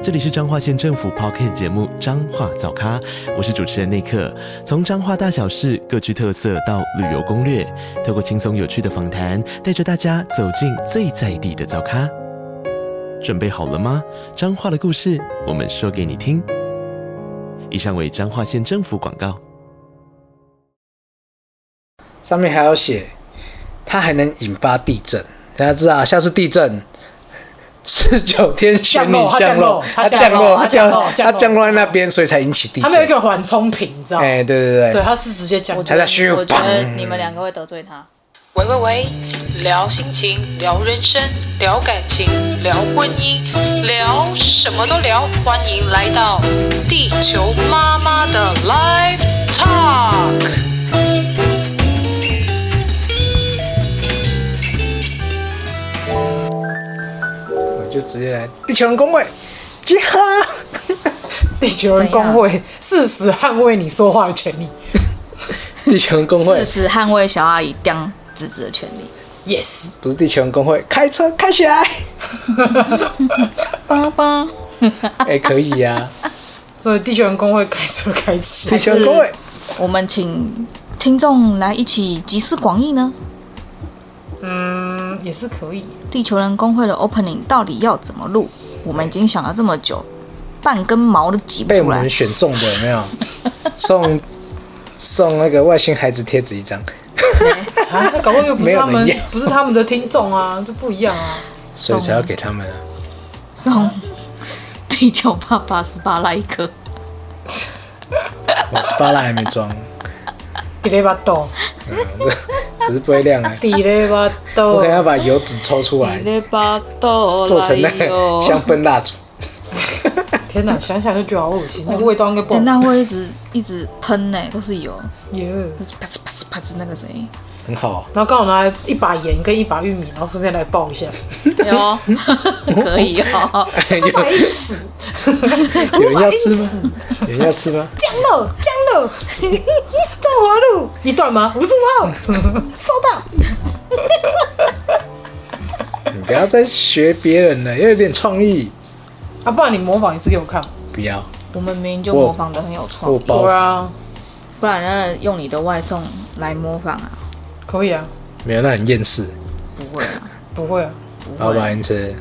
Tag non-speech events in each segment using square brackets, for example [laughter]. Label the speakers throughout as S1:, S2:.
S1: 这里是彰化县政府 p o c k t 节目《彰化早咖》，我是主持人内克。从彰化大小事各具特色到旅游攻略，透过轻松有趣的访谈，带着大家走进最在地的早咖。准备好了吗？彰化的故事，我们说给你听。以上为彰化县政府广告。
S2: 上面还有写，它还能引发地震。大家知道，下次地震，是九天玄女
S3: 降落
S2: 它
S3: 它
S2: 降
S3: 降
S2: 落，
S3: 落
S2: 它降落它
S3: 它降落，它降落
S2: 降落在那边，所以才引起地
S3: 他们有一
S2: 震。
S3: 个缓冲瓶，你知道吗？
S2: 哎，对对
S3: 对，
S2: 对，
S3: 他是直接降
S4: 我
S3: 落
S4: 觉
S2: 还在
S4: 得
S2: 虚
S4: 嗯我觉得
S2: 绑
S4: 你们两个会得罪他。
S5: 喂喂喂，聊心情，聊人生，聊感情，聊婚姻，聊什么都聊。欢迎来到地球妈妈的 Live Talk。
S2: 我就直接来地球人工会集
S3: [laughs]
S2: 合。
S3: 地球人工会誓死捍卫你说话的权利。
S2: 地球人工嗯会
S4: 誓死捍卫小阿姨当侄子的权利。
S3: Yes，
S2: 不是地球人工会，开车开起
S3: [laughs]
S2: 来。嗯
S4: 帮帮，
S2: 哎，可以呀，
S3: 所以地球人工会开车开起
S2: 地，球人工会
S4: 我们请听众来一起集思广益呢。
S3: 嗯，也是可以。
S4: 地球人工会的 opening 到底要怎么录？我们已经想了这么久，半根毛都挤不
S2: 被
S4: 出
S2: 我
S4: 来
S2: 们。选中的有没有？送送那个外星孩子贴纸一张，
S3: 啊，那搞不好又不
S2: 没
S3: 是
S2: 有
S3: 他
S2: 人
S3: 们
S2: 要，
S3: 不是他们的听众啊，就不一样啊。
S2: 所以才要给他们啊。
S4: 送 [laughs] 地球爸爸斯巴拉一颗，
S2: 我 SPA 还没装，
S3: 滴嘞吧豆，
S2: 只是不会亮啊。
S4: [laughs]
S3: 滴嘞吧
S2: [laughs] 我
S3: 豆
S2: 可能，要把油脂抽出来，做成那个 [laughs] 香氛蜡烛。
S3: 天哪，想想就觉得好恶心，
S2: 哦
S3: 那个味道应该不
S4: 哎、
S3: 好。
S4: 那会一直一直喷呢、都是油，
S3: 耶！
S4: 就是啪哧啪哧啪哧那个声音。
S2: 很
S4: [laughs]
S2: 好，啊
S3: 然后刚好拿一把盐跟一把玉米，然后顺便来爆
S2: [laughs]
S3: 一下，
S4: 有， [laughs] 可以哦。
S2: 有
S3: 一尺
S2: 有人要吃吗？有人要吃吗？ [laughs]
S3: 降落，降落， [laughs] 中华路一段吗？五十五号， [laughs] 收到。
S2: 你不要再学别人了，要有点创意。
S3: 啊，不然你模仿一次给我看。
S2: 不要，
S4: 我们明明就模仿的很有创
S2: 我
S4: 意，
S2: 包
S3: 啊，
S4: 不然那用你的外送来模仿啊？
S3: 可以啊，
S2: 没有，那很厌世。
S4: 不会啊，
S3: 不会啊，
S2: 五百英尺，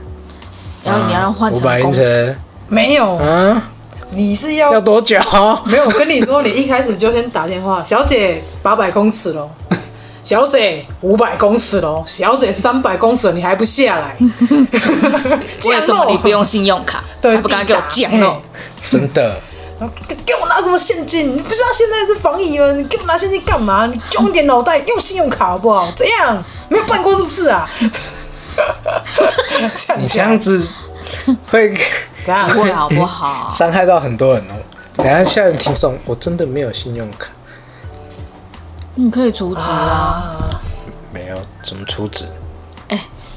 S2: 啊
S4: 然后你要换
S2: 五
S4: 成
S2: 百英
S4: 公司
S2: 尺
S3: 没有，
S2: 啊，
S3: 你是要
S2: 要多久？
S3: [laughs]
S2: [laughs]
S3: 没有？我跟你说，你一开始就先打电话，小姐八百公尺
S4: [laughs]
S3: 喽。小姐五百公尺喽，小姐三百公尺，你还不下
S4: [laughs]
S3: 来？
S4: 为什
S3: 降
S4: 么
S3: 落
S4: 你不用信用卡？
S3: 对
S4: 还不敢给我
S3: [laughs]
S4: 降
S3: 嘿
S4: 落？
S2: 真的，
S3: 给给我拿什么现金？你不知道现在是防疫吗？你给我拿现金干嘛？你用点脑袋， [laughs] 用信用卡好不好？怎样？没有办过是不是啊？ [laughs]
S2: 你这样子会？
S3: 等下
S4: [laughs] 不会好不
S2: [laughs]
S4: 好
S2: 伤害到很多人哦。等一下下面听众，我真的没有信用卡，
S4: 你嗯可以储值啊。
S3: 啊，
S2: 没有怎么出纸，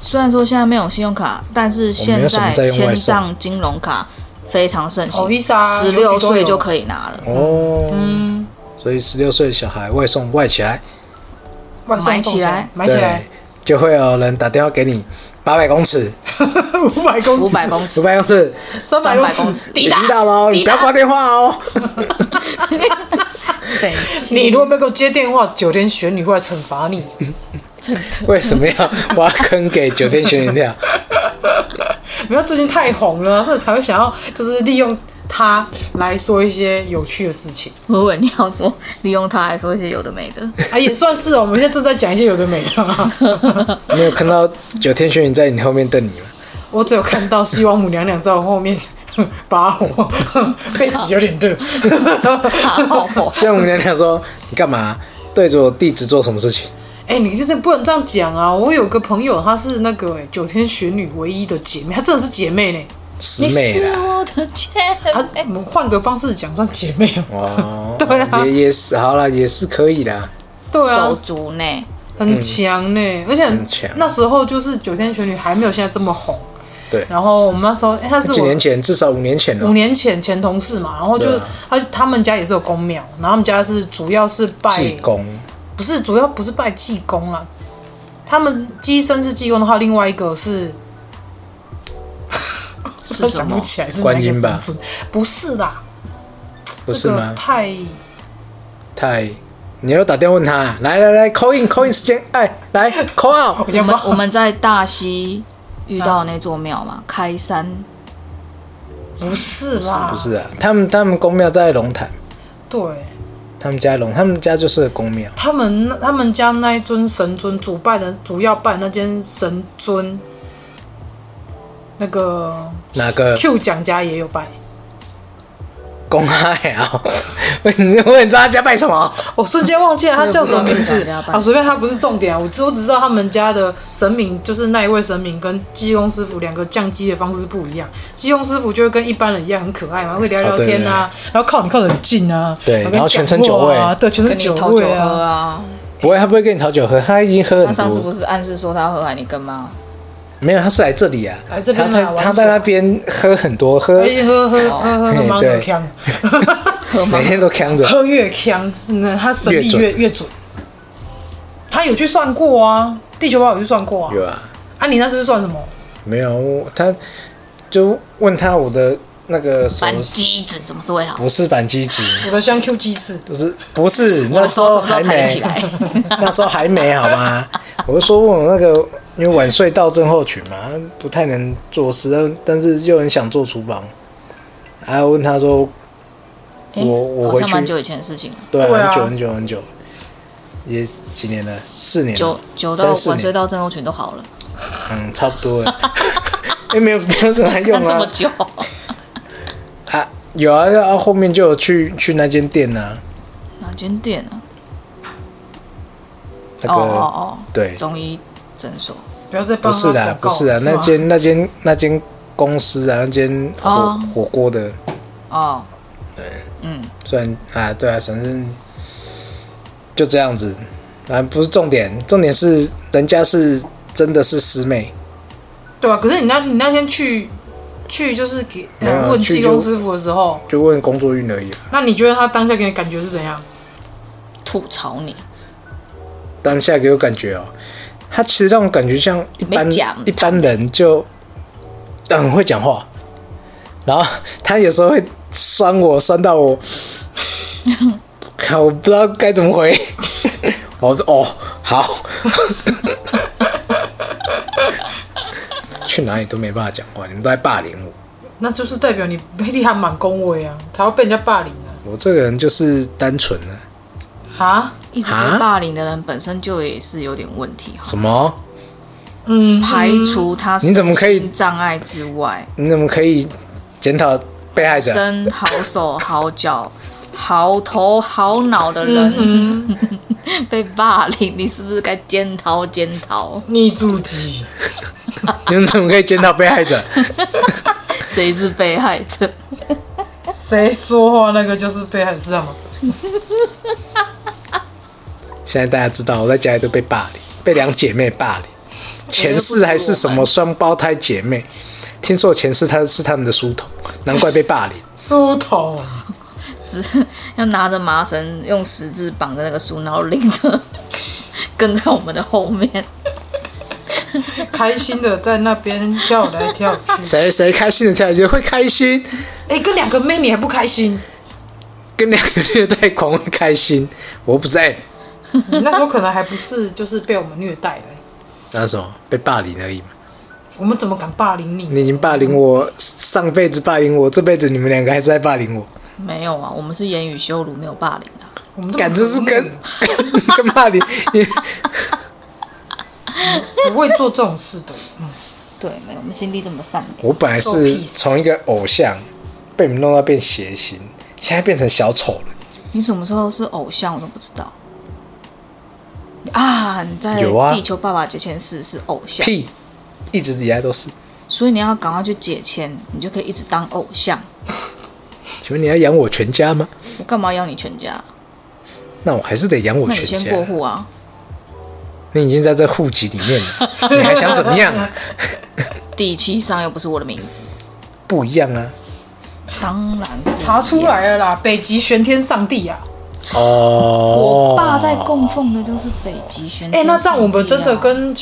S4: 虽然说现在没有信用卡，但是
S2: 我
S4: 现
S2: 没有什么在用
S4: 千
S2: 外送
S4: 账金融卡非常盛行
S3: 哦，Visa 啊邮
S4: 十
S3: 局都有
S4: 六岁就可以拿了。
S2: 哦，
S3: 嗯
S2: 所以十六岁的小孩外送外起来，
S3: 外送
S4: 买起来
S3: 买起来，
S2: 对，就会有人打电话给你八百公尺，
S3: 五百公
S4: 五
S3: 尺，
S4: 百公
S2: 五
S4: 尺，
S2: 百公尺
S3: 三百
S4: 300
S3: 公
S4: 公
S3: 尺，
S4: 尺
S2: 已
S3: 抵达
S2: 经到了哦，你不要挂电话
S3: [laughs]
S2: 哦。
S4: 对，
S3: 你如果没有给我接电话，九天玄女会来惩罚你。
S2: 为什么要挖坑给九天玄女 [laughs] 跳？
S3: 没有，最近太红了，所以才会想要就是利用它来说一些有趣的事情。
S4: [laughs] 我问你要说利用它来说一些有的没的，
S3: 啊，也算是哦，我们现在正在讲一些有的没的、啊。 [laughs]
S2: 你有看到九天玄女在你后面瞪你吗？
S3: 我只有看到西王母娘娘在我后面 [laughs] 把我背脊有点热，
S4: 好火
S2: 像我们娘娘说：“你干嘛对着我弟子做什么事情
S3: 哎、你这这不能这样讲啊！我有个朋友，她是那个、哎九天玄女唯一的姐妹，她真的是姐妹呢。？”
S2: 师
S4: 你
S2: 妹啊
S4: 是
S3: 啊
S2: 啦，
S4: 我的哎姐
S3: 她我们换个方式讲，算
S2: [laughs]
S3: 姐妹哦。
S2: 哦，
S3: [laughs] 对啊
S2: 也也是好啦，也是可以啦。
S3: 对
S4: 手
S3: 啊，
S4: 足呢？
S3: 很强呢、而且
S2: 嗯很强
S3: 那时候就是九天玄女还没有现在这么红，
S2: 对，
S3: 然后我们那时候，哎、他是
S2: 几
S3: 我
S2: 年前，至少五年前了。
S3: 五年前前同事嘛，然后就、
S2: 对啊
S3: 他他们家也是有公庙，然后他们家是主要是拜
S2: 济公，
S3: 不是主要不是拜济公啦，他们机身是济公的话，另外一个是，
S4: 是
S3: 我
S4: 什
S3: 想
S4: 么
S3: 不？起来是哪
S2: 观
S3: 一个
S2: 音吧
S3: 神尊，不是啦，
S2: 不是
S3: 那
S2: 吗
S3: 个？太
S2: 太，你要打电话问他，来来来，call in call in 时间，哎，来 call
S3: 我
S2: out，
S3: 先
S4: 我
S3: 不
S4: 们我们在大溪遇到那座庙
S2: 啊
S4: 嘛，开山
S3: 不是啦，
S2: 不是啊，他们他们公庙在龙潭，
S3: 对。
S2: 他们家龙，他们家就是公庙，
S3: 他们那他们家那一尊神尊主拜的主要拜那间神尊，那个
S2: 哪个
S3: Q 蒋家也有拜。
S2: 公爱 [laughs] 啊？你我很知道他家拜什么？
S3: 我瞬间忘记了他叫什么名
S4: 我也
S3: 字
S4: 不知道
S3: 啊，随便他不是重点啊，我只我只知道他们家的神明就是那一位神明跟济公师傅两个降鸡的方式不一样，济公师傅就会跟一般人一样很可爱嘛，会聊聊天
S2: 哦
S3: 啊，然后靠你靠得很近啊，
S2: 对
S3: 跟你
S2: 然后全程
S3: 讲
S2: 酒
S3: 话啊
S2: 味
S3: 对，全程
S4: 跟你
S3: 酒
S4: 讨酒
S3: 味
S4: 喝
S3: 啊，
S4: 啊。
S2: 不会，他不会跟你讨酒喝，他已经喝
S4: 他
S2: 很
S4: 上次
S2: 多
S4: 不。是暗示说他要喝海尼根吗？
S2: 没有，他是来这里啊，
S3: 来这边啊哎
S2: 他
S3: 玩
S2: 他
S3: 耍
S2: 他在那边喝很多，喝
S3: 而且喝喝喝喝喝
S2: 嘿
S3: 蛮有
S2: 对
S3: 腔，
S4: 喝吗
S2: 每？天都扛着。
S3: 喝越强，嗯，他神力越越准。他有去算过啊，地球炮有去算过啊。
S2: 有啊，
S3: 啊，你那次是算什么？
S2: 没有我他就问他我的那个手
S4: 反机子什么时候会好？
S2: 不是扳机指，
S3: 我的香 Q 技士，
S2: 就是不是
S4: 我
S2: 那
S4: 的
S2: 时候
S4: 手
S2: 还
S4: 什么时候抬得
S2: 没
S4: 起，来？
S2: [laughs] 那时候还没好吗？我就说问我那个，因为晚睡到症候群嘛，不太能做事，但但是又很想做厨房。还有问他说，
S4: 诶
S2: 我我
S4: 好
S2: 回
S4: 像
S2: 去
S4: 蛮久以前的事情了，
S2: 对啊，
S3: 对啊
S2: 很久很久很久，也几年了，四年
S4: 久
S2: 了，
S4: 久到
S2: 嗯三四
S4: 晚睡
S2: 年，
S4: 到症候群都好了，
S2: 嗯，差不多了。 [laughs] 因为没有没有什么
S4: [laughs] 看
S2: 用
S4: 这么
S2: 啊 [laughs]
S4: 久，
S2: 啊，有啊，然后后面就有去去那间店呐、啊，
S4: 哪间店啊？
S2: 那
S4: 哦
S2: 个
S4: 哦哦，
S2: 对
S4: 中医诊所。
S3: 不要再
S2: 不
S3: 帮
S2: 是
S3: 他
S2: 啦
S3: 广，告
S2: 不是啦，啊
S3: 了
S2: 哦那
S3: 吗
S2: 间那间那间公司啊，那间火、
S4: 哦
S2: 火锅的，
S4: 哦，嗯，
S2: 虽然啊，对啊，反正就这样子，啊，不是重点，重点是人家是真的是师妹，
S3: 对啊，可是你那你那天去去就是给
S2: 没有啊
S3: 问
S2: 去
S3: 济
S2: 就
S3: 公师傅的时候，
S2: 就问工作运而已啊。
S3: 那你觉得他当下给你感觉是怎样？
S4: 吐槽你，
S2: 啊当下给我感觉哦，他其实让我感觉像一般
S4: 没讲
S2: 一般人就很会讲话，然后他有时候会酸我，酸到我， [laughs] 看我不知道该怎么回。 [laughs] 我说哦，好， [laughs] 去哪里都没办法讲话，你们都在霸凌我。
S3: 那就是代表你魅力还蛮恭维啊，才会被人家霸凌啊。
S2: 我这个人就是单纯的、
S3: 哈，
S4: 一直
S2: 啊
S4: 被霸凌的人本身就也是有点问题哈。
S2: 什么？
S3: 嗯，
S4: 排除他
S2: 你怎么可以
S4: 身心障碍之外，
S2: 你怎么可以检讨被害者？
S4: 身好手好脚、好头好脑的人
S3: 嗯，
S4: [laughs] 被霸凌，你是不是该检讨检 [laughs] 讨？
S3: 你自己
S2: 你们怎么可以检讨被害者？
S4: 谁是被害者？
S3: 谁说话那个就是被害是吗？
S2: 现在大家知道我在家里都被霸凌，被两姐妹霸凌，前世还是什么双胞胎姐妹。听说我前世她是他们的书童，难怪被霸凌。
S3: 梳头，啊
S4: 只是要拿着麻绳，用十字绑着那个书，然后拎着 [laughs] 跟在我们的后面。
S3: 开心的在那边跳来跳去。 [laughs]
S2: 谁谁开心的跳一就会开心，
S3: 哎、跟两个妹你还不开心？
S2: 跟两个虐待狂会开心。我不在，
S3: 你那时候可能还不是就是被我们虐待了、
S2: 那什么被霸凌而已嘛。
S3: 我们怎么敢霸凌你？
S2: 你已经霸凌我，上辈子霸凌我，这辈子你们两个还是在霸凌我。
S4: 没有啊，我们是言语羞辱，没有霸凌啊。
S3: 我们
S2: 感这是跟
S3: 敢，
S2: [laughs] 跟霸凌，
S3: [laughs] 不会做这种事的。嗯，
S4: 对，没有，我们心地这么善良。
S2: 我本来
S3: So
S2: 是
S3: peace
S2: 从一个偶像被你们弄到变邪心，现在变成小丑了。
S4: 你什么时候是偶像，我都不知道。啊，你在
S2: 有啊
S4: 地球爸爸节前世是偶像，
S2: 屁，一直以来都是。
S4: 所以你要赶快去解签，你就可以一直当偶像。
S2: 请问你要养我全家吗？
S4: 我干嘛要你全家？
S2: 那我还是得养我
S4: 那
S2: 全
S4: 你
S2: 家
S4: 先。过户啊！
S2: 你已经在这户籍里面了， [laughs] 你还想怎么样啊？
S4: 第七上又不是我的名字，
S2: 不一样啊！
S4: 当然
S3: 查出来了啦，北极玄天上帝啊！
S2: 哦，
S4: 我爸在供奉的就是北极玄
S3: 哎、
S4: 天上帝啊。
S3: 那这样我们真的跟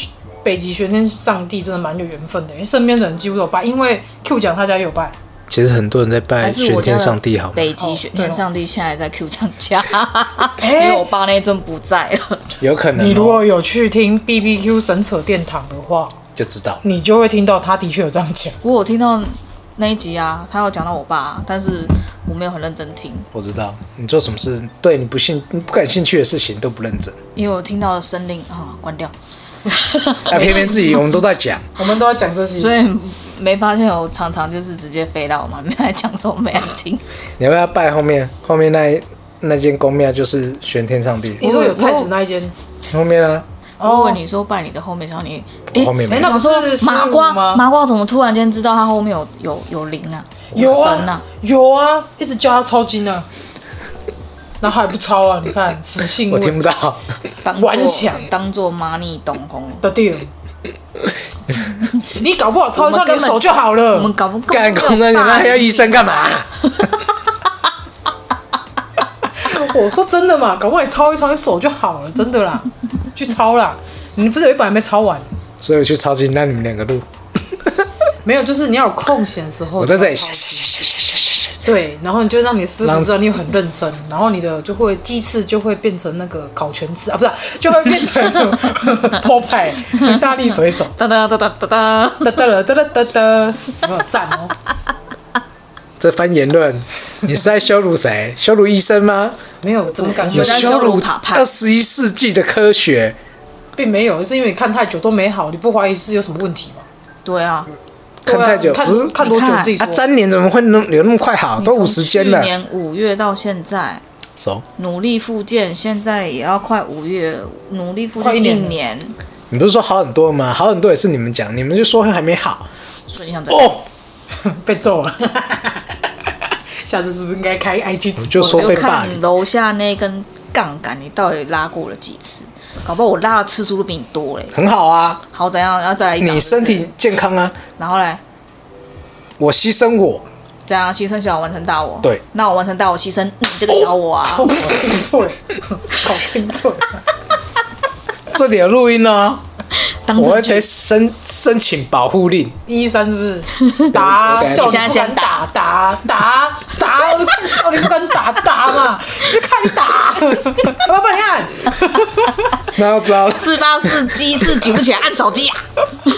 S3: 北极玄天上帝真的蛮有缘分的，因为身边的人几乎都有拜，因为 Q 奖他家也有拜，
S2: 其实很多人在拜
S4: 还是
S2: 玄
S4: 我家
S2: 天
S4: 的
S2: 上帝，好吗？
S4: 北极玄天上帝现在在 Q 厂家，
S3: [laughs]
S4: 因
S3: 哎
S4: 为我爸那一阵不在了。
S2: 有可能、
S3: 你如
S2: 哦，
S3: 果有去听 B B Q 神扯殿堂的话，
S2: 就知道
S3: 你就会听到他的确有这样讲。
S4: 不过我听到那一集啊，他有讲到我爸，但是我没有很认真听，
S2: 我知道你做什么事，对你不信、你不感兴趣的事情都不认
S4: [laughs]
S2: 真，
S4: 因为我听到声令啊关掉，
S2: 啊，偏偏自己我们都在讲，
S3: 我们都要讲这些，
S4: 所以没发现我常常就是直接飞到我妈面来讲说没人听。
S2: 你要不要拜后面？后面那一那间宫庙就是玄天上
S4: [laughs]
S2: 帝，
S3: 你说有太子那一间，
S2: 后面啊呢、
S4: 我问你说拜你的后面，然后你哎
S2: 后面没
S3: 哎、
S2: 有
S3: 那不是
S4: 麻
S3: 师
S4: 瓜
S3: 母吗？
S4: 麻瓜怎么突然间知道他后面有有有灵啊？
S3: 有
S4: 神啊
S3: 啊，有啊，一直叫他抄经啊，然后还不抄啊，你看死性
S2: 我听
S3: 问
S2: 不到，
S4: 当做
S3: 顽强
S4: 当做妈咪懂红，
S3: 的地儿， [laughs] 你搞不好
S4: 我
S3: 抄一
S4: 们
S3: 哦下你的
S4: 根本
S3: 手就好
S4: 我
S3: 了
S4: 们。搞不
S2: 干
S4: 搞不
S2: 宫那你
S4: 懂
S2: 那还要医生干嘛、
S3: 我说真的嘛，搞不好你抄一抄，你手就好了，真的啦，去抄啦。你不是有一本还没抄完？
S2: 所以我去抄经，那你们两个录，
S3: 没有，就是你要有空闲的时候。
S2: 我在这里
S3: 抄经对，然后你就让你的师傅知道你很认真，然后你的就会鸡翅就会变成那个烤全翅啊，不是啊，就会
S2: [laughs]
S3: 变成托派大力水手，
S4: 哒哒哒哒哒哒，
S3: 哒哒了哒哒哒哒，有没有赞哦？
S2: 这番言论，你是在羞辱谁？羞辱医生吗？
S3: [laughs] 没有，怎么感觉
S2: 你
S4: 在
S3: 像
S4: 羞辱
S2: 辱
S4: 塔帕
S2: 二十一世纪的科学，
S3: 并没有，是因为你看太久都没好，你不怀疑是有什么问题吗？
S4: 对啊，
S2: 看
S3: 对啊
S2: 太久
S3: 看
S2: 不是
S3: 看多久
S4: 你看
S3: 自己说
S2: 啊，。粘连怎么会那么有那么快好？都
S4: 你从
S2: 五十间
S4: 去
S2: 了，
S4: 年五月到现在，
S2: 熟。
S4: 努力复健，现在也要快五月，努力复
S3: 快
S4: 健
S3: 一
S4: 一
S3: 年了
S4: 年，
S2: 你不是说好很多吗？好很多也是你们讲，你们就说还没好
S4: 所以你想怎样？
S2: 哦，
S3: [laughs] 被揍了。 [laughs] 下次是不是应该开 IG 直
S2: 就
S3: 播？
S2: 说
S4: 我
S2: 被
S4: 就
S2: 霸
S4: 看
S2: 凌。
S4: 楼下那根杠杆，你到底拉过了几次？搞不好我拉的次数都比你多嘞。
S2: 很好啊，
S4: 好，怎样？然后再来一掌
S2: 你身，
S4: 是不
S2: 体
S4: 是
S2: 健康啊，
S4: 然后嘞，
S2: 我牺牲我，
S4: 怎样？牺牲小我，完成大我。
S2: 对，
S4: 那我完成大我，牺牲你这个小我啊。
S2: 哦
S3: [laughs] 好清脆，好清脆。
S2: 这里有录音哦，
S4: 当
S2: 我会
S4: 证
S2: 再
S4: 据，
S2: 申申请保护令。
S3: 一三是不是？打
S2: 我等下
S3: 笑
S4: 去
S3: 你不敢打，打打打，我看笑你不敢打打嘛，就看你打， [laughs] 我要帮你按。
S2: 那要知道，
S4: 四八四鸡翅举不起来，按手机啊。 [laughs]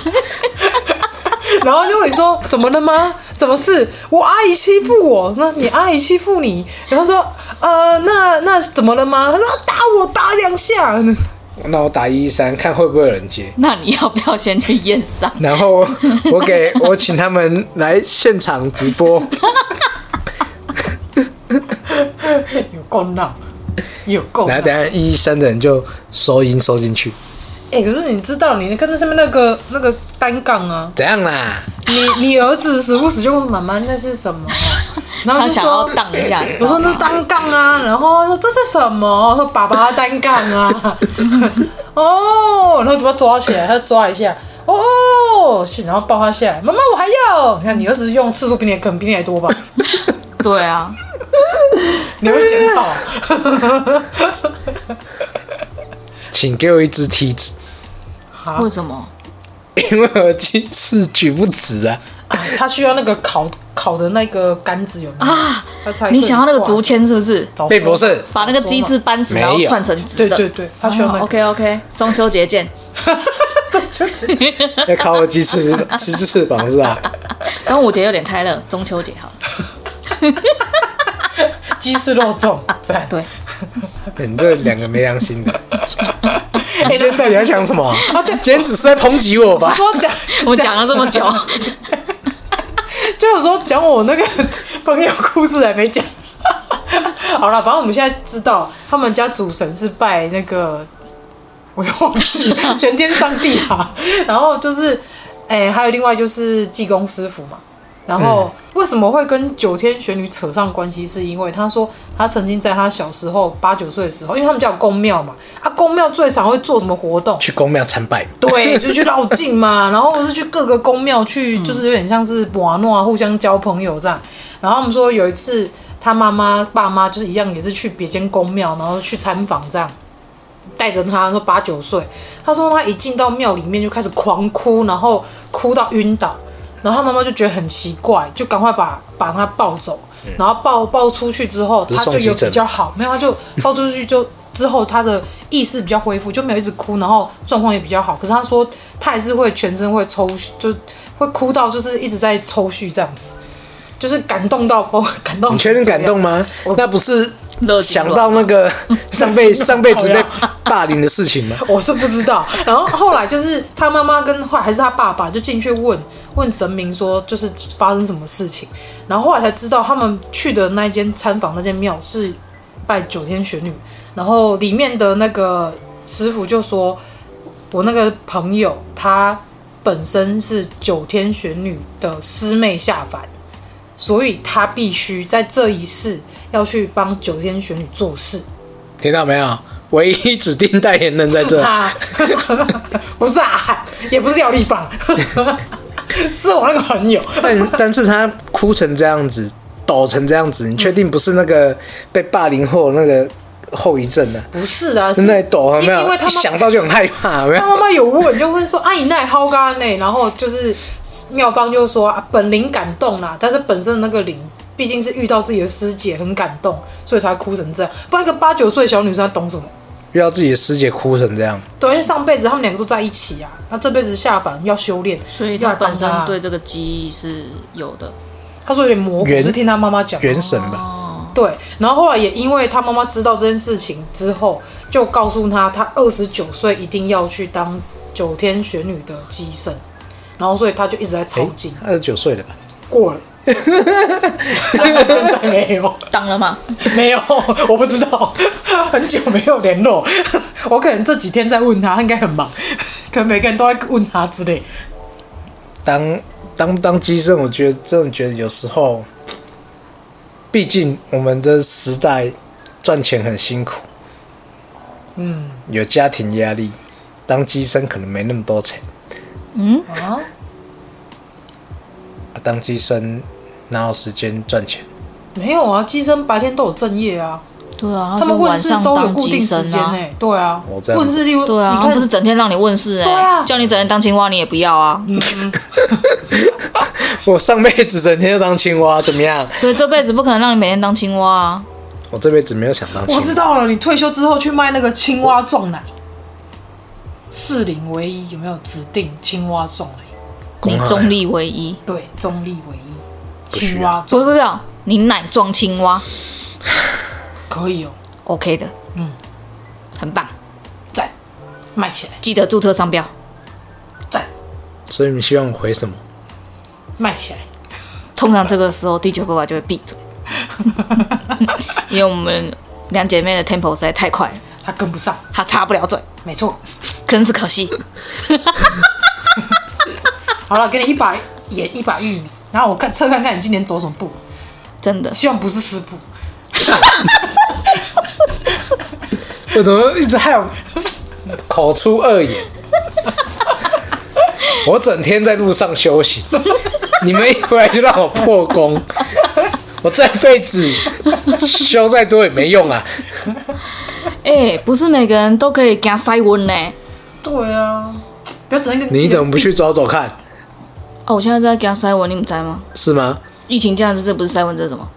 S3: [laughs] 然后就会说怎么了吗？怎么是我阿姨欺负我？那你阿姨欺负你？然后说呃，那那怎么了吗？他说打我打两下，
S2: [laughs]
S3: [laughs]
S2: 那我打一一三看会不会有人接，
S4: 那你要不要先去验伤？
S2: [laughs] 然后我给我请他们来现场直播，
S3: 有够闹，有够闹
S2: 然后。等下一一三的人就收音收进去，
S3: 哎、可是你知道，你跟那上面那个那个单杠啊，
S2: 怎样啦？
S3: 你你儿子时不时就问妈妈那是什么，啊然后
S4: 他
S3: 就
S4: 想要
S3: 说。
S4: 荡一
S2: [laughs]
S4: 下，你知
S3: 我
S4: 道
S3: 说
S4: 吗
S3: 那单杠啊，然后他说这是什么？我说爸爸的单杠啊， [laughs] 哦，然后就把他抓起来，他就抓一下，哦，是然后抱他下来，妈妈我还要，你看你儿子用次数比你可能比你还多吧，
S4: 对啊，
S3: 你会啊检讨，
S2: 请给我一只梯子， [laughs]
S3: 啊
S4: 为什么？
S2: 因为我鸡翅举不直啊。
S3: 啊他需要那个烤烤的那个杆子有没有？
S4: 啊，
S3: 他才
S4: 你想要那个
S3: 可以挂
S4: 竹签是不是？
S3: 早说
S2: 贝博士，
S4: 把那个鸡翅扳直，
S2: 没
S4: 然后
S2: 有
S4: 串成直
S3: 对
S4: 的。哦
S3: 对对，他需要那个。 [laughs]
S4: OK OK，中秋
S2: [laughs]
S4: 节见。
S2: 要考我鸡翅鸡翅膀是吧？ [laughs]
S4: [laughs] 端午节有点太热，中秋节好了。
S3: 鸡翅肉粽，赞。
S4: [laughs] 对，
S2: 你这两个没良心的，
S3: 哎，
S2: 今天到底要讲什么啊？对，今天只是在抨击我吧？
S3: 说讲，
S4: [laughs] 我讲了这么久，
S3: 就有时候讲我那个 [laughs] 朋友故事还没讲。 [laughs] 好了，反正我们现在知道他们家主神是拜那个，我又忘记玄天上帝啊。然后就是，哎、还有另外就是济公师傅嘛。然后为什么会跟九天玄女扯上关系？是因为他说他曾经在他小时候八九岁的时候，因为他们叫宫庙嘛，啊，宫庙最常会做什么活动？
S2: 去公庙参拜，
S3: 对，就去绕境嘛，然后或是去各个宫庙去，就是有点像是玩弄啊，互相交朋友这样。然后他们说有一次，他妈妈、爸妈就是一样，也是去别间宫庙，然后去参访这样，带着他，说八九岁，他说他一进到庙里面就开始狂哭，然后哭到晕倒，然后他妈妈就觉得很奇怪，就赶快把把他抱走，然后抱抱出去之后，
S2: 嗯不是
S3: 他就
S2: 送急
S3: 有
S2: 诊
S3: 比较好，没有他就抱出去就之后他的意识比较恢复，就没有一直哭，然后状况也比较好。可是他说他还是会全身会抽，就会哭到就是一直在抽搐这样子。就是感动到 [laughs] 崩，感动。
S2: 你确定感动？吗
S3: 我？
S2: 那不是
S4: 乐极
S2: 想
S4: 乱
S2: 到那个上辈
S3: 乐极乱
S2: 上辈子被
S3: 了
S2: 霸凌的事情吗？
S3: 我是不知道。然后后来就是他妈妈跟后来还是他爸爸就进去问问神明说，就是发生什么事情。然后后来才知道，他们去的那间参访那间庙是拜九天玄女，然后里面的那个师傅就说，我那个朋友他本身是九天玄女的师妹下凡，所以他必须在这一世要去帮九天玄女做事。
S2: 听到没有？唯一指定代言人在
S3: 是 [laughs]
S2: 这，
S3: 啊， [laughs] 不是啊，也不是廖立芳， [laughs] 是我那个朋友。
S2: 但但是他哭成这样子，抖成这样子，你确定不是那个被霸凌后那个后遗症呢？
S3: 不是啊，是
S2: 真的抖，有没有？
S3: 因为他
S2: 一
S3: 妈
S2: 想到就很害怕，有没
S3: 他
S2: 有？
S3: 妈妈有问，就问说啊，你那好干呢？然后就是妙方就说、啊、本灵感动啦，但是本身的那个灵。毕竟是遇到自己的师姐，很感动，所以才哭成这样。不然一个八九岁的小女生，她懂什么？
S2: 遇到自己的师姐哭成这样，
S3: 对，因为上辈子他们两个都在一起啊，那这辈子下凡要修炼，
S4: [laughs] 所以
S3: 要
S4: 他
S3: 来帮
S4: 本身
S3: 她
S4: 对这个记忆是有的。
S3: 他说有点模糊，
S2: 原
S3: 是听他妈妈讲的。
S2: 原神吧？
S4: 哦，
S3: 对，然后后来也因为他妈妈知道这件事情之后，就告诉他，他二十九岁一定要去当九天玄女的机身，然后所以他就一直在抄经，
S2: 哎二十九岁了吧？
S3: 过了。现在没有，
S4: 当了吗？
S3: 没有，我不知道， [laughs] 很久没有联络，我可能这几天在问他，他应该很忙，可能每个人都在问他之类。
S2: 当当当机生，我觉得真的觉得有时候，毕竟我们的时代赚钱很辛苦，
S3: 嗯
S2: 有家庭压力，当机生可能没那么多钱，
S4: 嗯，
S3: 啊，
S2: 啊当机生哪有时间赚钱？
S3: 没有啊，机身白天都有正业啊，
S4: 对啊，
S3: 他们
S4: 晚
S3: 问世
S4: 上
S3: 都有
S4: 当
S3: 固定
S4: 机
S3: 时
S4: 神
S3: 间呢、
S4: 啊。
S3: 对啊
S2: 哦这，样
S3: 问世例如
S4: 对啊，
S3: 你
S4: 他
S3: 看
S4: 不是整天让你问事哎、
S3: 对啊
S4: 叫你整天当青蛙你也不要啊，
S2: [laughs] 我上辈子整天就当青蛙，怎么样？
S4: 所以这辈子不可能让你每天当青蛙啊。
S2: [laughs] 我这辈子没有想当青
S3: 我
S2: 蛙，
S3: 知道了，你退休之后去卖那个青蛙撞奶，四零唯一有没有指定青蛙撞奶？
S2: 公
S4: 你
S2: 害
S4: 中立唯一，
S3: 对，中立唯一，
S2: 需要
S3: 青蛙
S4: 不
S3: 撞
S4: 不不，你奶撞青蛙
S3: 可以哦，
S4: ，OK 的，
S3: 嗯，
S4: 很棒，
S3: 赞，卖起来，
S4: 记得注册商标。
S3: 赞，
S2: 所以你希望我回什么？
S3: 卖起来， [laughs]
S4: 通常这个时候，第九爸爸就会闭嘴，因为我们两姐妹的 tempo 实在太快了，
S3: 他跟不上，
S4: 她插不了嘴，
S3: 没错。
S4: 真是可惜。 [laughs]
S3: 好了，给你一把盐，一把玉米，然后我看测看看你今年走什么步，
S4: 真的，
S3: 希望不是湿步。
S2: [laughs] 我怎么一直害我 [laughs] 口出恶言？ [laughs] 我整天在路上休息，你们一回来就让我破功，我这辈子修再多也没用啊！
S4: 哎、不是每个人都可以加塞温呢。
S3: 对啊，不要整天跟
S2: 你怎么不去走走看？
S4: 哦，我现在在加塞温，你们猜吗？
S2: 是吗？
S4: 疫情这样子，这不是塞温，这是什么？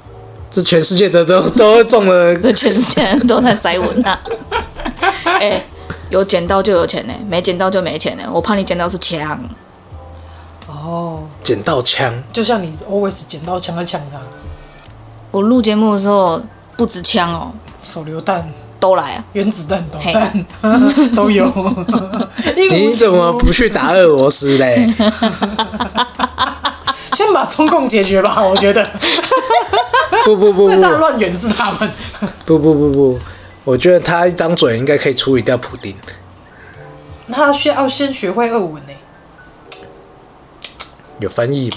S2: 这全世界的都都中了， [laughs]
S4: 这全世界人都在塞文啊！ [laughs] 哎、有捡到就有钱呢、没捡到就没钱呢、我怕你捡到是枪，
S3: 哦，
S2: 捡到枪，
S3: 就像你 always 捡到枪在抢啊他，
S4: 我录节目的时候不止枪哦，
S3: 手榴弹。
S4: 都来啊！
S3: 原子弹、导
S4: 嘿
S3: 弹都
S4: [laughs]
S3: 有，因为
S2: 你怎么不去打俄罗斯嘞？
S3: 先把中共解决吧，我觉得
S2: 不不不
S3: 最大的
S2: 不
S3: 乱源是他们。
S2: 不不不不，我觉得他一张嘴应该可以处理掉普丁。
S3: 那他需要先学会俄文呢、
S2: 有翻译吗？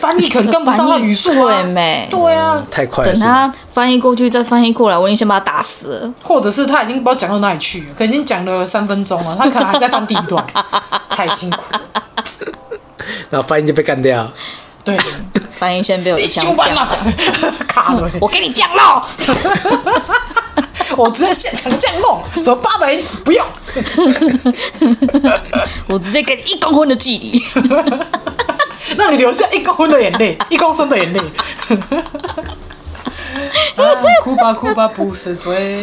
S3: 翻译可能跟不上他语速
S4: [laughs]
S3: 啊
S4: 对。没？
S3: 对啊，
S2: 太快了
S4: 等
S2: 是吗，
S4: 他翻译过去再翻译过来，我已经先把他打死了。
S3: 或者是他已经不知道讲到哪里去了，可能已经讲了三分钟了，他可能还在翻第一段，太辛苦了。
S2: 然后翻译就被干掉。
S3: 对，
S4: 翻译先被我
S3: 你
S4: 一枪
S3: 修班嘛
S4: [laughs] 掉。，
S3: 卡了，
S4: 我跟你讲喽，
S3: 我直接现场降落，什么八百英尺不用，
S4: 我直接给你一公分的距
S3: [laughs]
S4: 离。
S3: 让你流下一公分的眼 [laughs] 泪，一公升的眼泪。啊，哭吧哭吧不是 [laughs] 罪，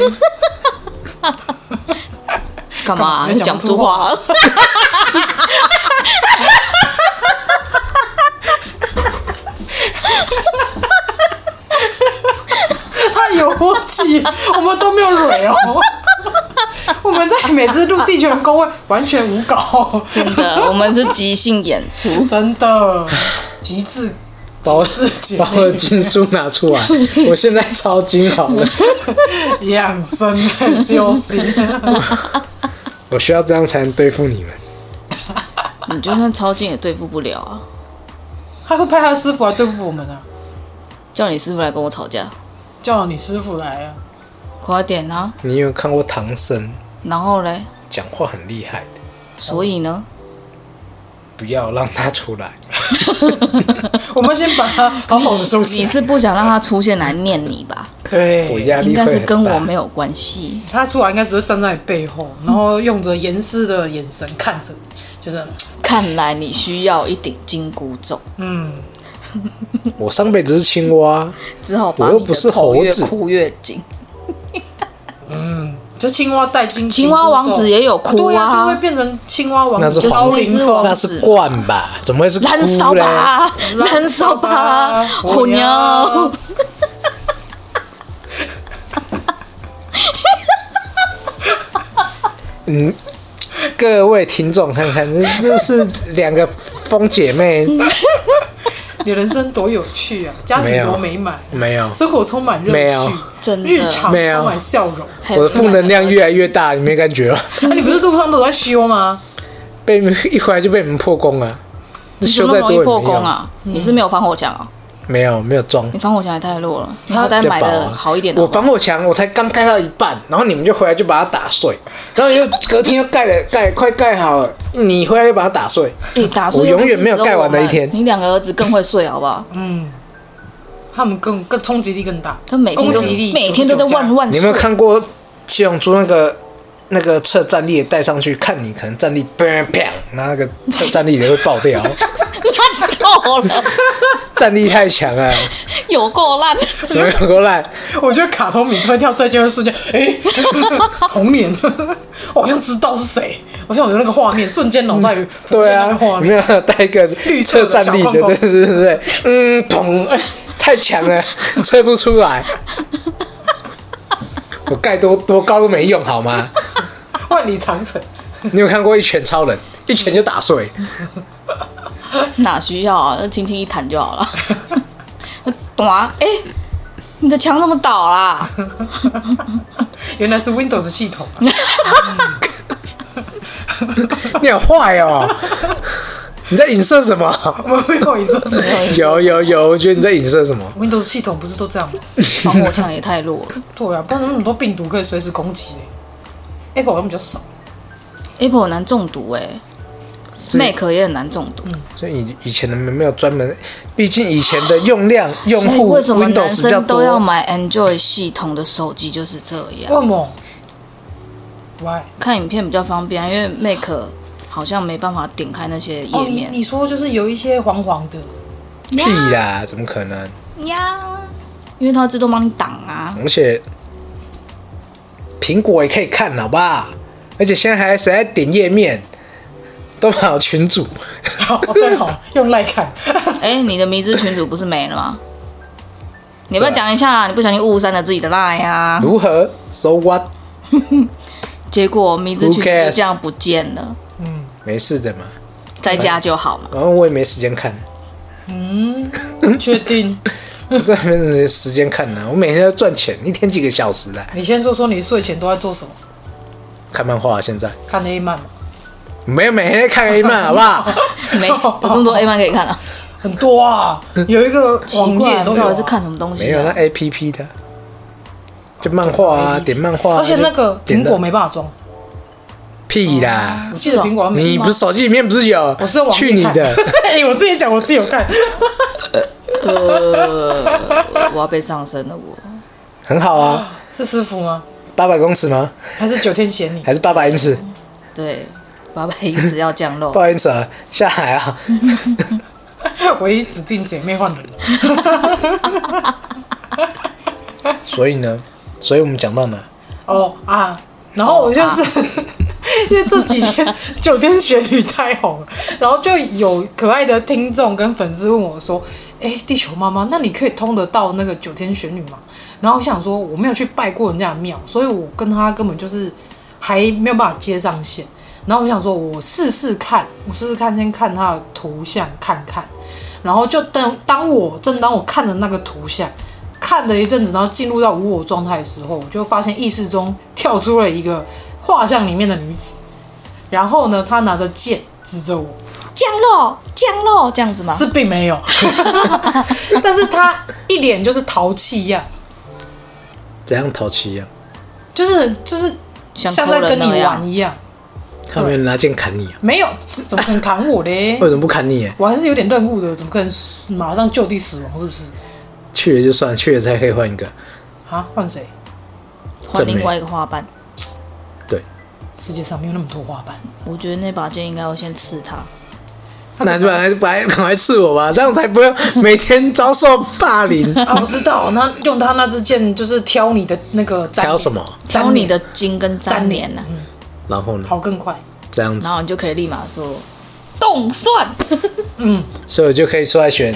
S3: 干
S4: 干嘛？
S3: 嘛
S4: 你讲不出话了？
S3: 太有默契，我们都没有蕊 [laughs] 哦。我们在每次录地球人公会完全无稿，
S4: 真的，我们是即兴演出。
S3: [laughs] 真的极致，
S2: 把我
S3: 极致姐
S2: 把我的
S3: 妹
S2: 经书拿出
S4: [laughs]
S2: 来，我现在超精好了，
S3: [laughs] 养生修行。
S2: 我需要这样才能对付你们。
S4: 你就算超劲也对付不了啊！
S3: [laughs] 他会派他师傅来对付我们啊，
S4: 叫你师傅来跟我吵架，
S3: 叫你师傅来啊。
S4: 快点啊！
S2: 你有看过唐僧
S4: 然后嘞，
S2: 讲话很厉害的，
S4: 所以呢，
S2: 不要让他出来。
S3: 我们先把它好好的收起
S4: 你
S3: 来。
S4: 是不想让他出现来念你吧？
S2: 我
S3: 对，
S2: 压力
S4: 哎应
S2: 会
S4: 该是
S2: 很
S4: 跟我
S2: 大。
S4: 没有关系。
S3: 他出来应该只会站在你背后，然后用着严师的眼神看着你，就是
S4: 看来你需要一顶金箍咒，
S3: 嗯，
S2: 我上辈子是青蛙，
S4: 只好把
S2: 我又
S4: 你
S2: 不
S4: 的
S2: 是
S4: 头越
S2: 猴子
S4: 箍越紧。
S3: 就青蛙戴金，
S4: 青蛙王子也有哭
S3: 对呀、
S4: 啊
S3: 就会变成青蛙王
S2: 那
S3: 子
S2: 是
S3: 高
S2: 黄
S3: 凌
S4: 那只
S3: 风
S4: 王
S2: 那。是鹳吧？怎么会是
S4: 燃烧
S2: 菇嘞？
S4: 吧，燃烧吧，火 [laughs] 娘！
S2: 嗯，各位听众看看，这这是两个疯姐
S4: [laughs]
S2: 妹，
S3: 你人生多有趣啊，家庭多美满，
S2: 没有，
S3: 生活充满乐
S2: 没有
S3: 趣，
S4: 真的
S3: 日常
S2: 没有
S3: 充满笑容。
S4: 哎
S2: 我的负能量越来越大，你没感
S4: [laughs]
S2: 觉吗？
S3: 啊，你不是路上都有在修吗？
S2: 被你们一回来就被你们破功了，
S4: 你
S2: 修
S4: 修
S2: 再
S4: 那么
S2: 多
S4: 容
S2: 也
S4: 易
S2: 没
S4: 破
S2: 用
S4: 功。啊！你是没有防火墙啊？
S2: 没有，没有装
S4: 你。防火墙也太弱了，你要再买
S2: 要保
S4: 的
S2: 啊
S4: 好一点的
S2: 我
S4: 好不好。
S2: 防火墙我才刚盖到一半，然后你们就回来就把它打碎，然后又隔天又盖了盖快盖好了，你回来又把它打碎。
S4: 你打碎
S2: 我
S4: 又不
S2: 永远
S4: 是
S2: 没有
S4: 只
S2: 盖完的
S4: 我
S2: 一天
S4: 们你两个儿子更会睡，好不好？
S3: 嗯，他们更更冲击力更大，
S4: 他每天
S3: 攻
S4: 都
S3: 击力
S4: 每天都在
S3: 99加
S4: 万万
S2: 你有
S4: 岁。
S2: 没有看过七龙珠那个那个测站立的带上去，看你可能站立砰砰，然后那个测站立的会爆
S4: [laughs]
S2: 掉，
S4: 烂透了，
S2: 站立太强啊了，
S4: 有够烂。
S2: 怎么有够烂？
S3: 我觉得卡通迷突然跳再见的瞬间，哎、童年，我好像知道是谁，我像有那个画面，瞬间脑袋有浮
S2: [laughs] 对
S3: 现那
S2: 啊
S3: 个画，
S2: 你没
S3: 面。
S2: 有带一个
S3: 绿
S2: 测
S3: 色的
S2: 站
S3: 小
S2: 立
S3: 框
S2: 的，
S3: 框
S2: 对对对对，嗯，砰， [laughs] 哎太强了，测不出来。 [laughs] 我盖多多高都没用，好吗？
S3: 万里长城，
S2: 你有看过一拳超人，一拳就打碎，
S4: 哪需要啊？那轻轻一弹就好了。 [laughs] 懂啊？哎、你的墙怎么倒啦？
S3: 原来是 Windows 系统、啊，
S2: 你好坏哦！你在影射什么？
S3: 我们没有一个什么
S2: 有有有，我觉得你在影射什么？
S3: Windows 系统不是都这样吗？
S4: 防火墙也太弱了。
S3: 对啊，不然那么多病毒可以随时攻击、欸、Apple 好像比较少，
S4: Apple 很难中毒哎、
S2: 是嗯
S4: m a c 也很难中毒。
S2: 所以以以前的没有专门，毕竟以前的用量用
S4: 所以
S2: 户
S4: 为什么男
S2: Windows 比较
S4: 生都要
S2: 多，哦
S4: 买 Android 系统的手机就是这
S3: 为什
S4: 样？
S3: 么？Why？
S4: 看影片比较方便啊，因为 Mac 好像没办法点开那些
S3: 哦，
S4: 页
S3: 你
S4: 面。
S3: 你说就是有一些黄黄的，
S2: 屁啦，怎么可能？
S4: 呀，因为它自动帮你挡啊。
S2: [laughs] 而且苹果也可以看，好吧？而且现在还谁在点页面，都跑群主，
S3: 哦对哦，用赖看， [laughs]
S4: 哎、你的迷之群主不是没了吗？你要不要讲一下啊？你不小心误删了自己的 line 啊？
S2: 如何？So what？
S4: 结果迷之群主
S2: Who cares？
S4: 就这样不见了，
S2: 没事的嘛，
S4: 在家就
S2: [laughs]
S4: 好嘛。
S2: 然后我也没时间看，
S3: 确定？
S2: 我这没时间看呢、我每天要赚钱，一天几个小时啊？
S3: 你先说说你睡前都在做什么？
S2: 看漫画、啊、现在
S3: 看黑漫吗？ [laughs]
S2: 没有每天在看 A 漫，好不好？
S4: 没有这么多 A 漫可以看啊。
S3: 很多啊，有一个网
S4: 奇怪，
S3: 页
S4: 我
S3: 都
S4: 到
S3: 有
S4: 底是
S3: 啊、
S4: 看什么东西、啊？
S2: 没有那 A P P 的，就漫画啊，点漫画啊、
S3: 哦而且那个
S2: 就点
S3: 苹
S2: 的
S3: 果没办法装，
S2: 屁啦
S3: 我，记得苹果好像没
S2: 你不是手机里面不是有？
S3: 哦我是在网
S2: 去
S3: 页
S2: 你
S3: 看
S2: 的，
S3: [laughs] 哎、我自己讲，我自己有看， [laughs]
S4: 呃，我要被上身了，我
S2: 很好
S3: [laughs]
S2: 啊，
S3: 是师傅吗？
S2: 八百公尺吗？
S3: 还是九天玄女？ [laughs]
S2: 还是八百英尺？
S4: 对，八百一直要降
S2: [laughs]
S4: 落
S2: 八，百英尺啊，下海啊！
S3: 唯一指定姐妹换人了， [laughs]
S2: 所以呢，所以我们讲到哪？
S3: 哦啊，然后我就是、 [laughs] 因为这几天九天玄女太红了， [laughs] 然后就有可爱的听众跟粉丝问我说：“哎、地球妈妈，那你可以通得到那个九天玄女吗？”然后我想说我没有去拜过人家的庙，所以我跟她根本就是还没有办法接上线。然后我想说，我试试看，我试试看，先看她的图像看看。然后就当当我正当我看着那个图像，看了一阵子，然后进入到无我状态的时候，我就发现意识中跳出了一个画像里面的女子，然后呢，她拿着剑指着我，
S4: 降落，降落，这样子吗？
S3: 是并没有， [laughs] 但是她一脸就是淘气样，
S2: 怎样淘气一样？
S3: 就是就是
S4: 像
S3: 像在跟
S4: 偷人那
S3: 你
S4: 样
S3: 玩一样，
S2: 他没有拿剑砍你啊？
S3: 没有，怎么可能砍我 [laughs] 嘞
S2: 为？什么不砍你、欸？
S3: 我还是有点任务的，怎么可能马上就地死亡？是不是？
S2: 去了就算了，去了才可以换一个。
S3: 啊，换谁？
S4: 换另外一个花瓣。
S2: 对，
S3: 世界上没有那么多花瓣。
S4: 我觉得那把剑应该要先刺他，
S2: 那就来来赶快刺我吧，这样才不用每天遭受霸凌。
S3: 啊，我知道，那用他那支箭就是挑你的那个粘，
S2: 挑什么？
S4: 找你的筋跟粘
S3: 粘
S4: 连
S3: 脸
S4: 呢、啊，
S3: 嗯
S2: 然后呢？
S3: 跑更快。
S2: 这样子
S4: 然，后你就可以立马说动算
S3: 嗯，
S2: 所以我就可以出来选，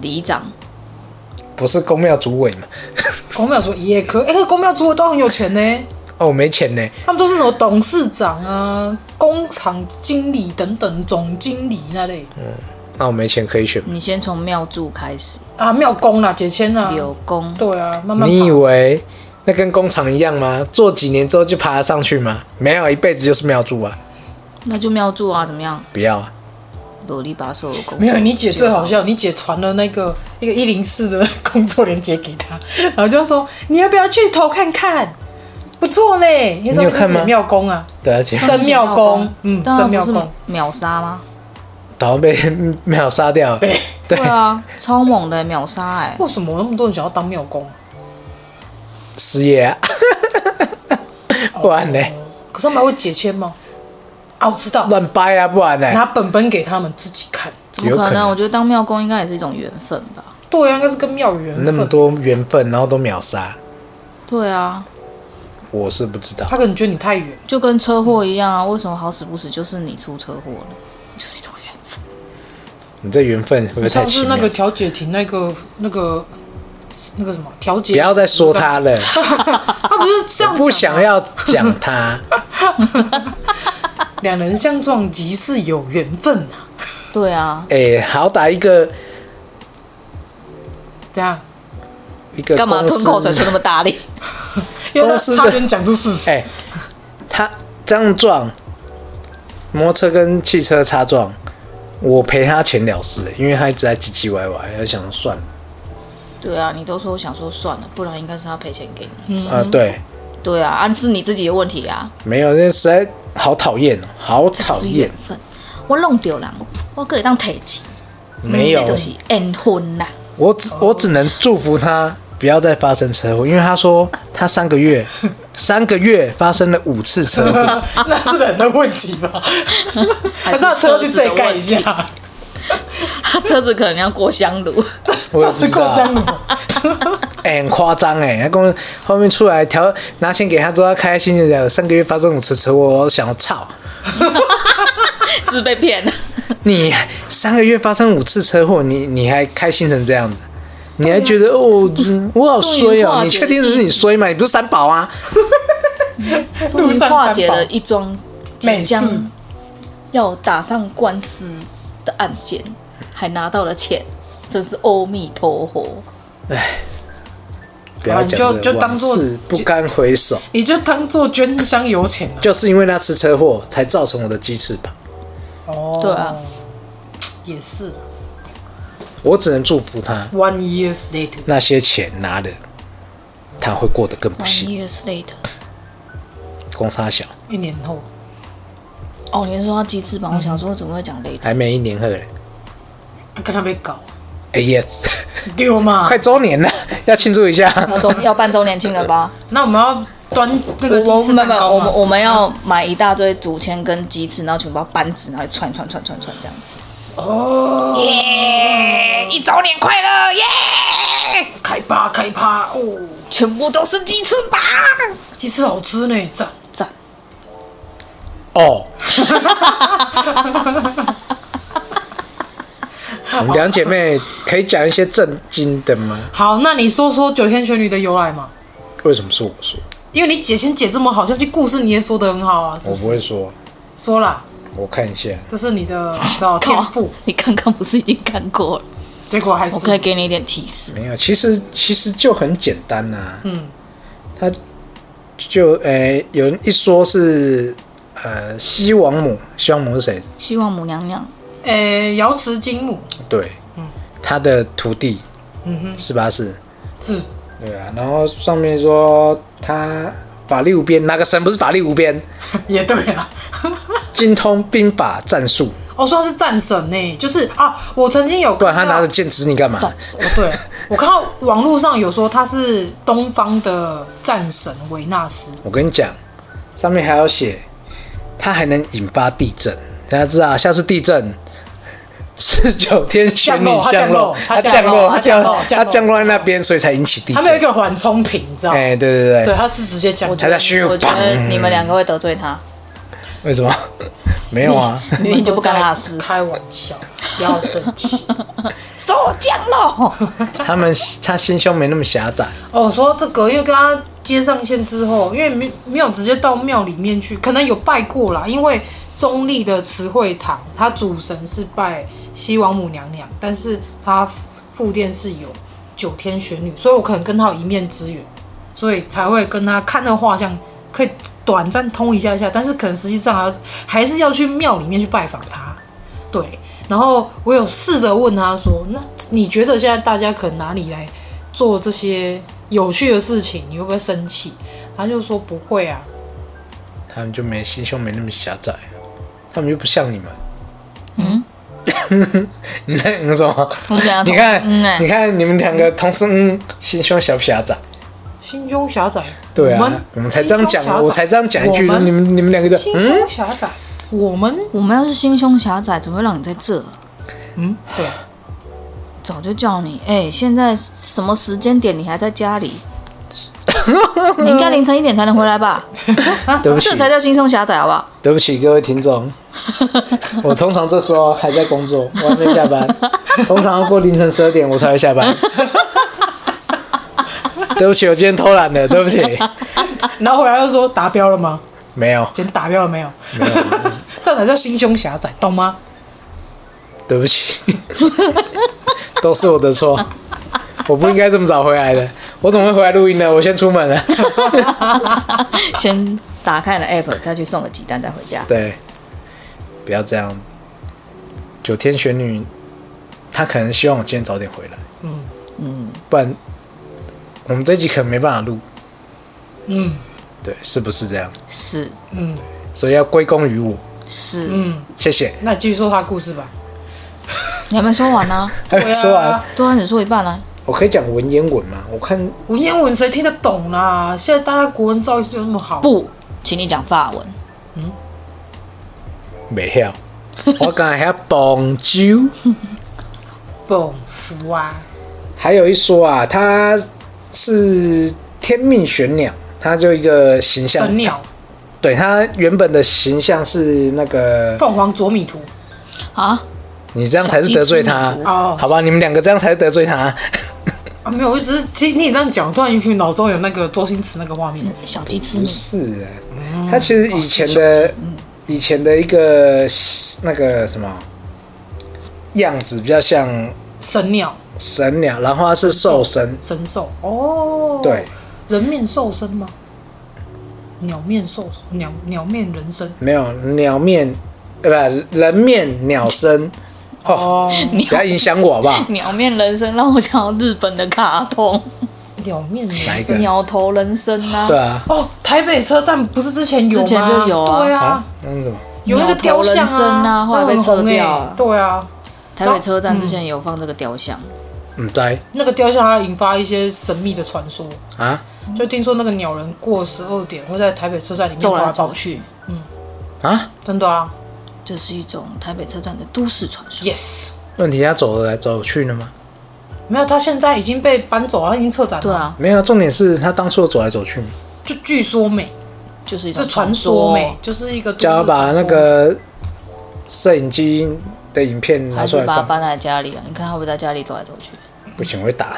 S4: 里长，
S2: 不是公庙主委嘛？
S3: 公庙主也可以，哎、公庙主我都很有钱呢、
S2: 哦，我没钱呢，
S3: 他们都是什么董事长啊、工厂经理等等、总经理那类
S2: 嗯那我没钱可以选吗。
S4: 你先从庙祝开始，
S3: 啊，庙工啦、解签啦，
S4: 柳公
S3: 对啊，慢慢
S2: 你以
S3: 跑。
S2: 为那跟工厂一样吗？做几年之后就爬得上去吗？没有，一辈子就是庙祝啊！
S4: 那就庙祝啊，怎么样？
S2: 不要啊！
S4: 萝莉把手工
S3: 没有，你姐最好笑。你姐传了那个一个一零四的工作链接给他，然后就说你要不要去投看看，不错嘞。你
S2: 你有看吗
S3: 庙工啊，
S2: 对啊，姐，
S3: 真庙公嗯
S4: 当然不是
S3: 真庙公
S4: 秒杀吗？
S2: 好像被庙杀掉了。
S3: 对，
S2: 对，
S4: 啊，超猛的秒杀 [laughs] 哎、
S3: 为什么那么多人想要当庙工啊？
S2: 失业啊！不然呢？
S3: 可是他们还会解签吗？啊，我知道，
S2: 乱掰啊！不然呢？
S3: 拿本本给他们自己看。
S4: 怎么
S2: 有
S4: 可
S2: 可
S4: 能？
S2: 能
S4: 我觉得当庙工应该也是一种缘分吧。
S3: 对啊，应该是跟庙有缘分。
S2: 那么，多缘分，然后都秒杀，
S4: 对啊，
S2: 我是不知道
S3: 他。可能觉得你太远。
S4: 就跟车祸一样啊，为什么好死不死就是你出车祸了？就是一种缘分。
S2: 你这缘分会不会太啊
S3: 上
S2: 奇
S3: 次
S2: 妙
S3: 那？个调解庭那个那个那个什么调解，
S2: 不要再说他了，
S3: 他不是这样讲吗啊
S2: 不想要讲他。
S3: 两人相撞即是有缘分啊，
S4: 对啊，
S2: 哎，好歹一个
S3: 这样
S2: 一个
S4: 干嘛
S2: 公
S4: 吞
S2: 司
S4: 口水出那么大力？
S3: 因为
S2: 公
S3: 他
S2: 司的
S3: 差点讲出事
S2: [laughs]
S3: 实。啊
S2: 哎、他这样撞，摩托车跟汽车擦撞，我赔他钱了事、因为他一直在唧唧歪歪，要想说算了、
S4: 对啊，你都说想说算了，不然应该是他赔钱给你。
S2: 啊，对，
S4: 对啊，暗示你自己的问题啊，
S2: 没有，这实在好讨厌哦，好
S4: 这就
S2: 讨
S4: 是缘
S2: 厌，
S4: 分。我弄丢人，我可以当铁骑，
S2: 没
S4: 这
S2: 有
S4: 就，是缘分啦。
S2: 我
S4: 哦
S2: 只我只能祝福他不要再发生车祸，因为他说他三个月 [laughs] 三个月发生了五次车
S4: [laughs]
S2: 祸，
S3: 那是人的问题吧？还是他车去自己盖一下？
S4: [laughs] 他车子可能要过香炉，
S2: 我也不
S3: 这
S4: 啊
S3: 是
S2: 知
S3: 够
S2: 道。
S3: 香炉，
S2: 哎、很夸张哎！他跟我后面出来调拿钱给他之后，他开开心心的。上个月发生五次车祸，我想操，
S4: 是被骗了。
S2: 你三个月发生五次车祸，你你还开心成这样子，你还觉得
S4: [laughs]
S2: 哦，嗯我好衰哦？
S4: 终于化解了
S2: 你确定是你衰吗？你不是三宝啊？
S4: 终于
S3: 路上
S4: 化解
S3: 三宝
S4: 了一桩即
S3: 每
S4: 将
S3: 次
S4: 要打上官司的案件，还拿到了钱，真是阿弥陀佛。
S2: 不要讲
S3: 啊
S2: 这
S3: 你就
S2: 个
S3: 就当
S2: 往
S3: 作
S2: 事不堪回首，
S3: 你就当做捐香油钱啊。
S2: 就是因为那次车祸才造成我的鸡翅膀。
S4: 啊
S3: 哦，
S4: 对啊，
S3: 也是。
S2: 我只能祝福他，
S3: One years later，
S2: 那些钱拿了，他会过得更不
S4: One
S2: 幸。
S4: years later。
S2: 公差小，
S3: 一年后，
S4: 哦，你是说他鸡翅膀？我想说怎么会讲 later？
S2: 还没一年后嘞。
S3: 啊跟他被搞，
S2: 哎、yes，
S3: 丢嘛
S2: 快？周年了， [laughs] 要庆祝一下。
S4: 要周要办周年庆了吧？
S3: 那我们要端那个鸡
S4: 我
S3: 翅
S4: 们
S3: 蛋
S4: 没有，
S3: 糕
S4: 我们
S3: 吗？
S4: 我们要买一大堆竹签跟鸡翅，然后全部把它扳直，然后串串串串串这样。哦，耶！一周年快乐，耶！
S3: 开趴开趴哦，
S4: 全部都是鸡翅膀，
S3: 鸡翅好吃呢，赞！
S4: 赞！ [laughs]
S2: 哦，我们两姐妹可以讲一些正经的吗？
S3: 好，那你说说九天玄女的由来嘛？
S2: 为什么是我说？
S3: 因为你姐先解这么好，像这故事你也说得很好啊，是
S2: 我
S3: 不
S2: 不
S3: 是？
S2: 会说，
S3: 说啦，
S2: 我看一下。
S3: 这是你的
S2: [laughs]
S3: 你知道天赋，
S4: 你刚刚不是已经看过了？
S3: 结果还是
S4: 我可以给你一点提示，
S2: 没有，其实其实就很简单呐、
S3: 嗯，
S2: 他就诶、有人一说是呃西王母，西王母是谁？
S4: 希望母娘娘
S3: 诶，呃瑶池金母，
S2: 对，他的徒弟
S3: 嗯哼，
S2: 十八世，
S3: 是
S2: 对啊。然后上面说他法力无边，哪个神不是法力无边？
S3: 也对啦。 [laughs]
S2: 精通兵法战术，
S3: 哦，说他是战神呢，就是啊，我曾经有
S2: 不然他
S3: 看到
S2: 拿着剑指你干嘛？
S4: 转手。
S3: 哦，对，我看到网络上有说他是东方的战神维纳斯，
S2: 我跟你讲，上面还要写，它还能引发地震。大家知道，下次地震， [laughs] 是九天玄女
S3: 降
S2: 降
S3: 落
S2: 落，它
S3: 它降落
S2: 它
S3: 它降
S2: 降
S3: 落
S2: 落，
S3: 降
S2: 它
S3: 落
S2: 降落在那边，所以才引起地
S3: 他们有一
S2: 震。
S3: 个缓冲瓶，你知道吗？
S2: 哎，对对
S3: 对，
S2: 对，
S3: 他是直接讲
S4: 我
S2: 他
S4: 觉
S2: 在
S4: 得
S2: 虚
S4: 我觉得你们两个会得罪他，
S2: 为什么？ [laughs] 没有啊，
S4: 明明就不干他的事。
S3: 开玩笑，不要生气。
S4: 手降落，
S2: 他们他心胸没那么狭窄。
S3: [laughs] 哦，我说到这个，因为跟他接上线之后，因为没没有直接到庙里面去，可能有拜过啦。因为中立的慈惠堂，它主神是拜西王母娘娘，但是它副殿是有九天玄女，所以我可能跟他有一面之缘，所以才会跟他看那个画像。可以短暂通一下下，但是可能实际上还要还是要去庙里面去拜访他。对，然后我有试着问他说：“那你觉得现在大家可能哪里来做这些有趣的事情，你会不会生气？”他就说：“不会啊。
S2: 他们就没心胸没那么狭窄，他们就不像你们。
S4: 嗯，
S2: [laughs] 你在嗯什么？
S4: 我们两个
S2: 你
S4: 同
S2: 看
S4: 嗯哎，
S2: 你看你们两个同时嗯，心胸狭不狭窄？”
S3: 心胸狭窄，
S2: 对
S3: 我们
S2: 啊，我们才这样
S3: 心胸狭
S2: 讲，
S3: 窄
S2: 我才这样讲一句，
S3: 我们
S2: 你们你们两个就
S3: 心
S2: 嗯。
S3: 胸狭窄，我们
S4: 我们要是心胸狭窄，怎么会让你在这？
S3: 嗯，对，
S4: 早就叫你，哎、现在什么时间点你还在家 [laughs] 里？你应该凌晨一点才能回来 [laughs] 吧？
S3: 啊
S2: 对不起
S4: 这，才叫心胸狭窄，好不好？ [laughs]
S2: 对不起各位听
S3: [laughs]
S2: 众，我通常这时候还在工作，我还没下
S3: [laughs]
S2: 班，通常要过凌晨十二点我才会下班。对不起，我今天偷懒了，对不起，
S3: 然后回来又说达标了吗？
S2: 没有，
S3: 今天达标了没有？
S2: 啊
S3: 这才叫心胸狭窄，懂吗？
S2: 对不
S3: [laughs]
S2: 起，都是我的错，我不应该这么早回来的，我怎么会回来录音呢？我先出门了。
S4: 先打开了 app，再去送个鸡蛋，再回家。
S2: 对，不要这样。九天玄女，她可能希望我今天早点回来，
S3: 嗯
S4: 嗯，
S2: 不然我们这集可能没办法录。
S3: 嗯
S2: 对，是不是这样？
S4: 是
S3: 嗯
S2: 所以要归功于我，
S4: 是，
S3: 嗯，
S2: 谢谢。
S3: 那你继续说他的故事吧。
S4: 你还没说完呢、
S2: 还没哎说完，
S3: 对啊
S4: 对啊，你说一半呢、
S2: 我可以讲文言文吗？我看
S3: 文言文谁听得懂啦？现在大家国文造诣就那么好，
S4: 不，请你讲法文。
S2: 没
S3: [laughs]
S2: 有，我刚才还要 Bonjour，
S3: 懂熟啊？
S2: 还有一说啊，它是天命玄鸟，它就一个形象
S3: 神，鸟、
S2: 对，它原本的形象是那个
S3: 凤凰、啄米图，
S4: 啊，
S2: 你这样才是得罪他啊
S4: 小鸡，
S3: 哦
S2: 好吧？你们两个这样才是得罪他。
S3: 啊，没有，我只是听你这样讲，突然有脑中有那个周星驰那个画面。
S4: 小鸡吃
S2: 不
S4: 米，
S2: 是啊，他其实以前的以前的一个那个什么样子比较像
S3: 神鸟、
S2: 神鸟，然后他是兽身，
S3: 神兽，哦，
S2: 对，
S3: 人面兽身吗？鸟面兽，鸟鸟面人身，
S2: 没有鸟面，呃，不人面鸟身，哦，
S3: 哦，
S2: 不要影响我好不好？
S4: 鸟面人生让我想到日本的卡通，
S3: 表面
S2: 哪一
S3: 的。
S2: 个？
S4: [laughs] 鸟头人生啊，
S2: 对啊，
S3: 哦，台北车站不是之前有吗？
S4: 之前就有啊
S3: 对啊
S2: 啊，，那是什么？
S3: 有那个雕像
S4: 鸟头人身啊后来被
S3: 那很
S4: 撤
S3: 红
S4: 掉
S3: 欸
S4: 了
S3: 对啊，
S4: 台北车站之前有放这个雕像，
S2: 嗯，对
S3: 那个雕像还引发一些神秘的传说，
S2: 啊
S3: 就听说那个鸟人过十二点会在台北车站里面
S4: 嗯走来
S3: 跑
S4: 走
S3: 跑，
S4: 去，
S2: 啊，
S3: 真的啊
S4: 这是一种台北车站的都市传说。
S3: ，yes，
S2: 问题他走来走去了吗？
S3: 没有，他现在已经被搬走了，他已经撤展了。
S4: 对，啊，
S2: 没有，重点是他当初有走来走去嘛，
S3: 就据说美，
S4: 就是一
S3: 这
S4: 种
S3: 传
S4: 说
S3: 说美，就是一个
S2: 叫他把那个摄影机的影片拿
S4: 还
S2: 出
S4: 是
S2: 来
S4: 把它
S2: 放，
S4: 搬来家里啊？你看他会不会在家里走来走去？
S2: 不行会打。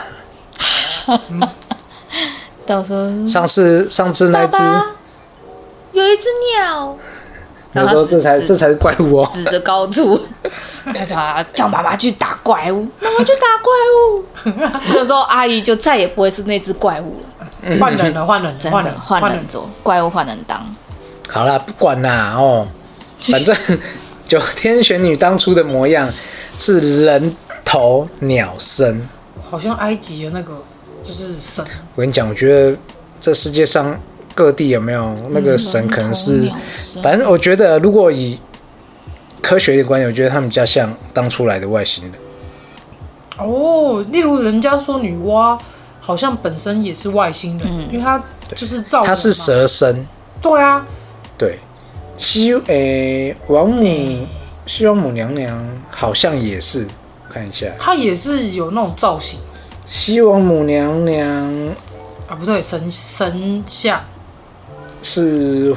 S4: 到时候
S2: 上次上次那只，
S4: 爸爸有一只鸟，
S2: 我说这才
S4: 指
S2: 这才是怪物哦，
S4: 指着高处， [laughs] 他说啊叫妈妈去打怪物，妈妈去打怪物。 [laughs] 这时候阿姨就再也不会是那只怪物了，
S3: 换人
S4: [laughs]
S3: 了，换人了，
S4: 真
S3: 换
S4: 的
S3: 人，
S4: 换人做怪物换人当。
S2: 好啦，不管啦哦，反
S4: [laughs]
S2: 正九天玄女当初的模样是人头鸟身。
S3: 好像埃及的那个就是神，
S2: 我跟你讲，我觉得这世界上各地有没有那个神，可能
S4: 人
S2: 是
S4: 头鸟，身
S2: 反正我觉得如果以科学的观点，我觉得他们比较像当初来的外星人。
S3: 哦，例如人家说女娲好像本身也是外星人，
S4: 嗯
S3: 因为她就是造人嘛
S2: 他是，蛇身，
S3: 对啊，
S2: 对，西诶、王母西王母娘娘好像也是，我看一下
S3: 她也是有那种造型
S2: 西王母娘娘
S3: 啊，不对，神神像
S2: 是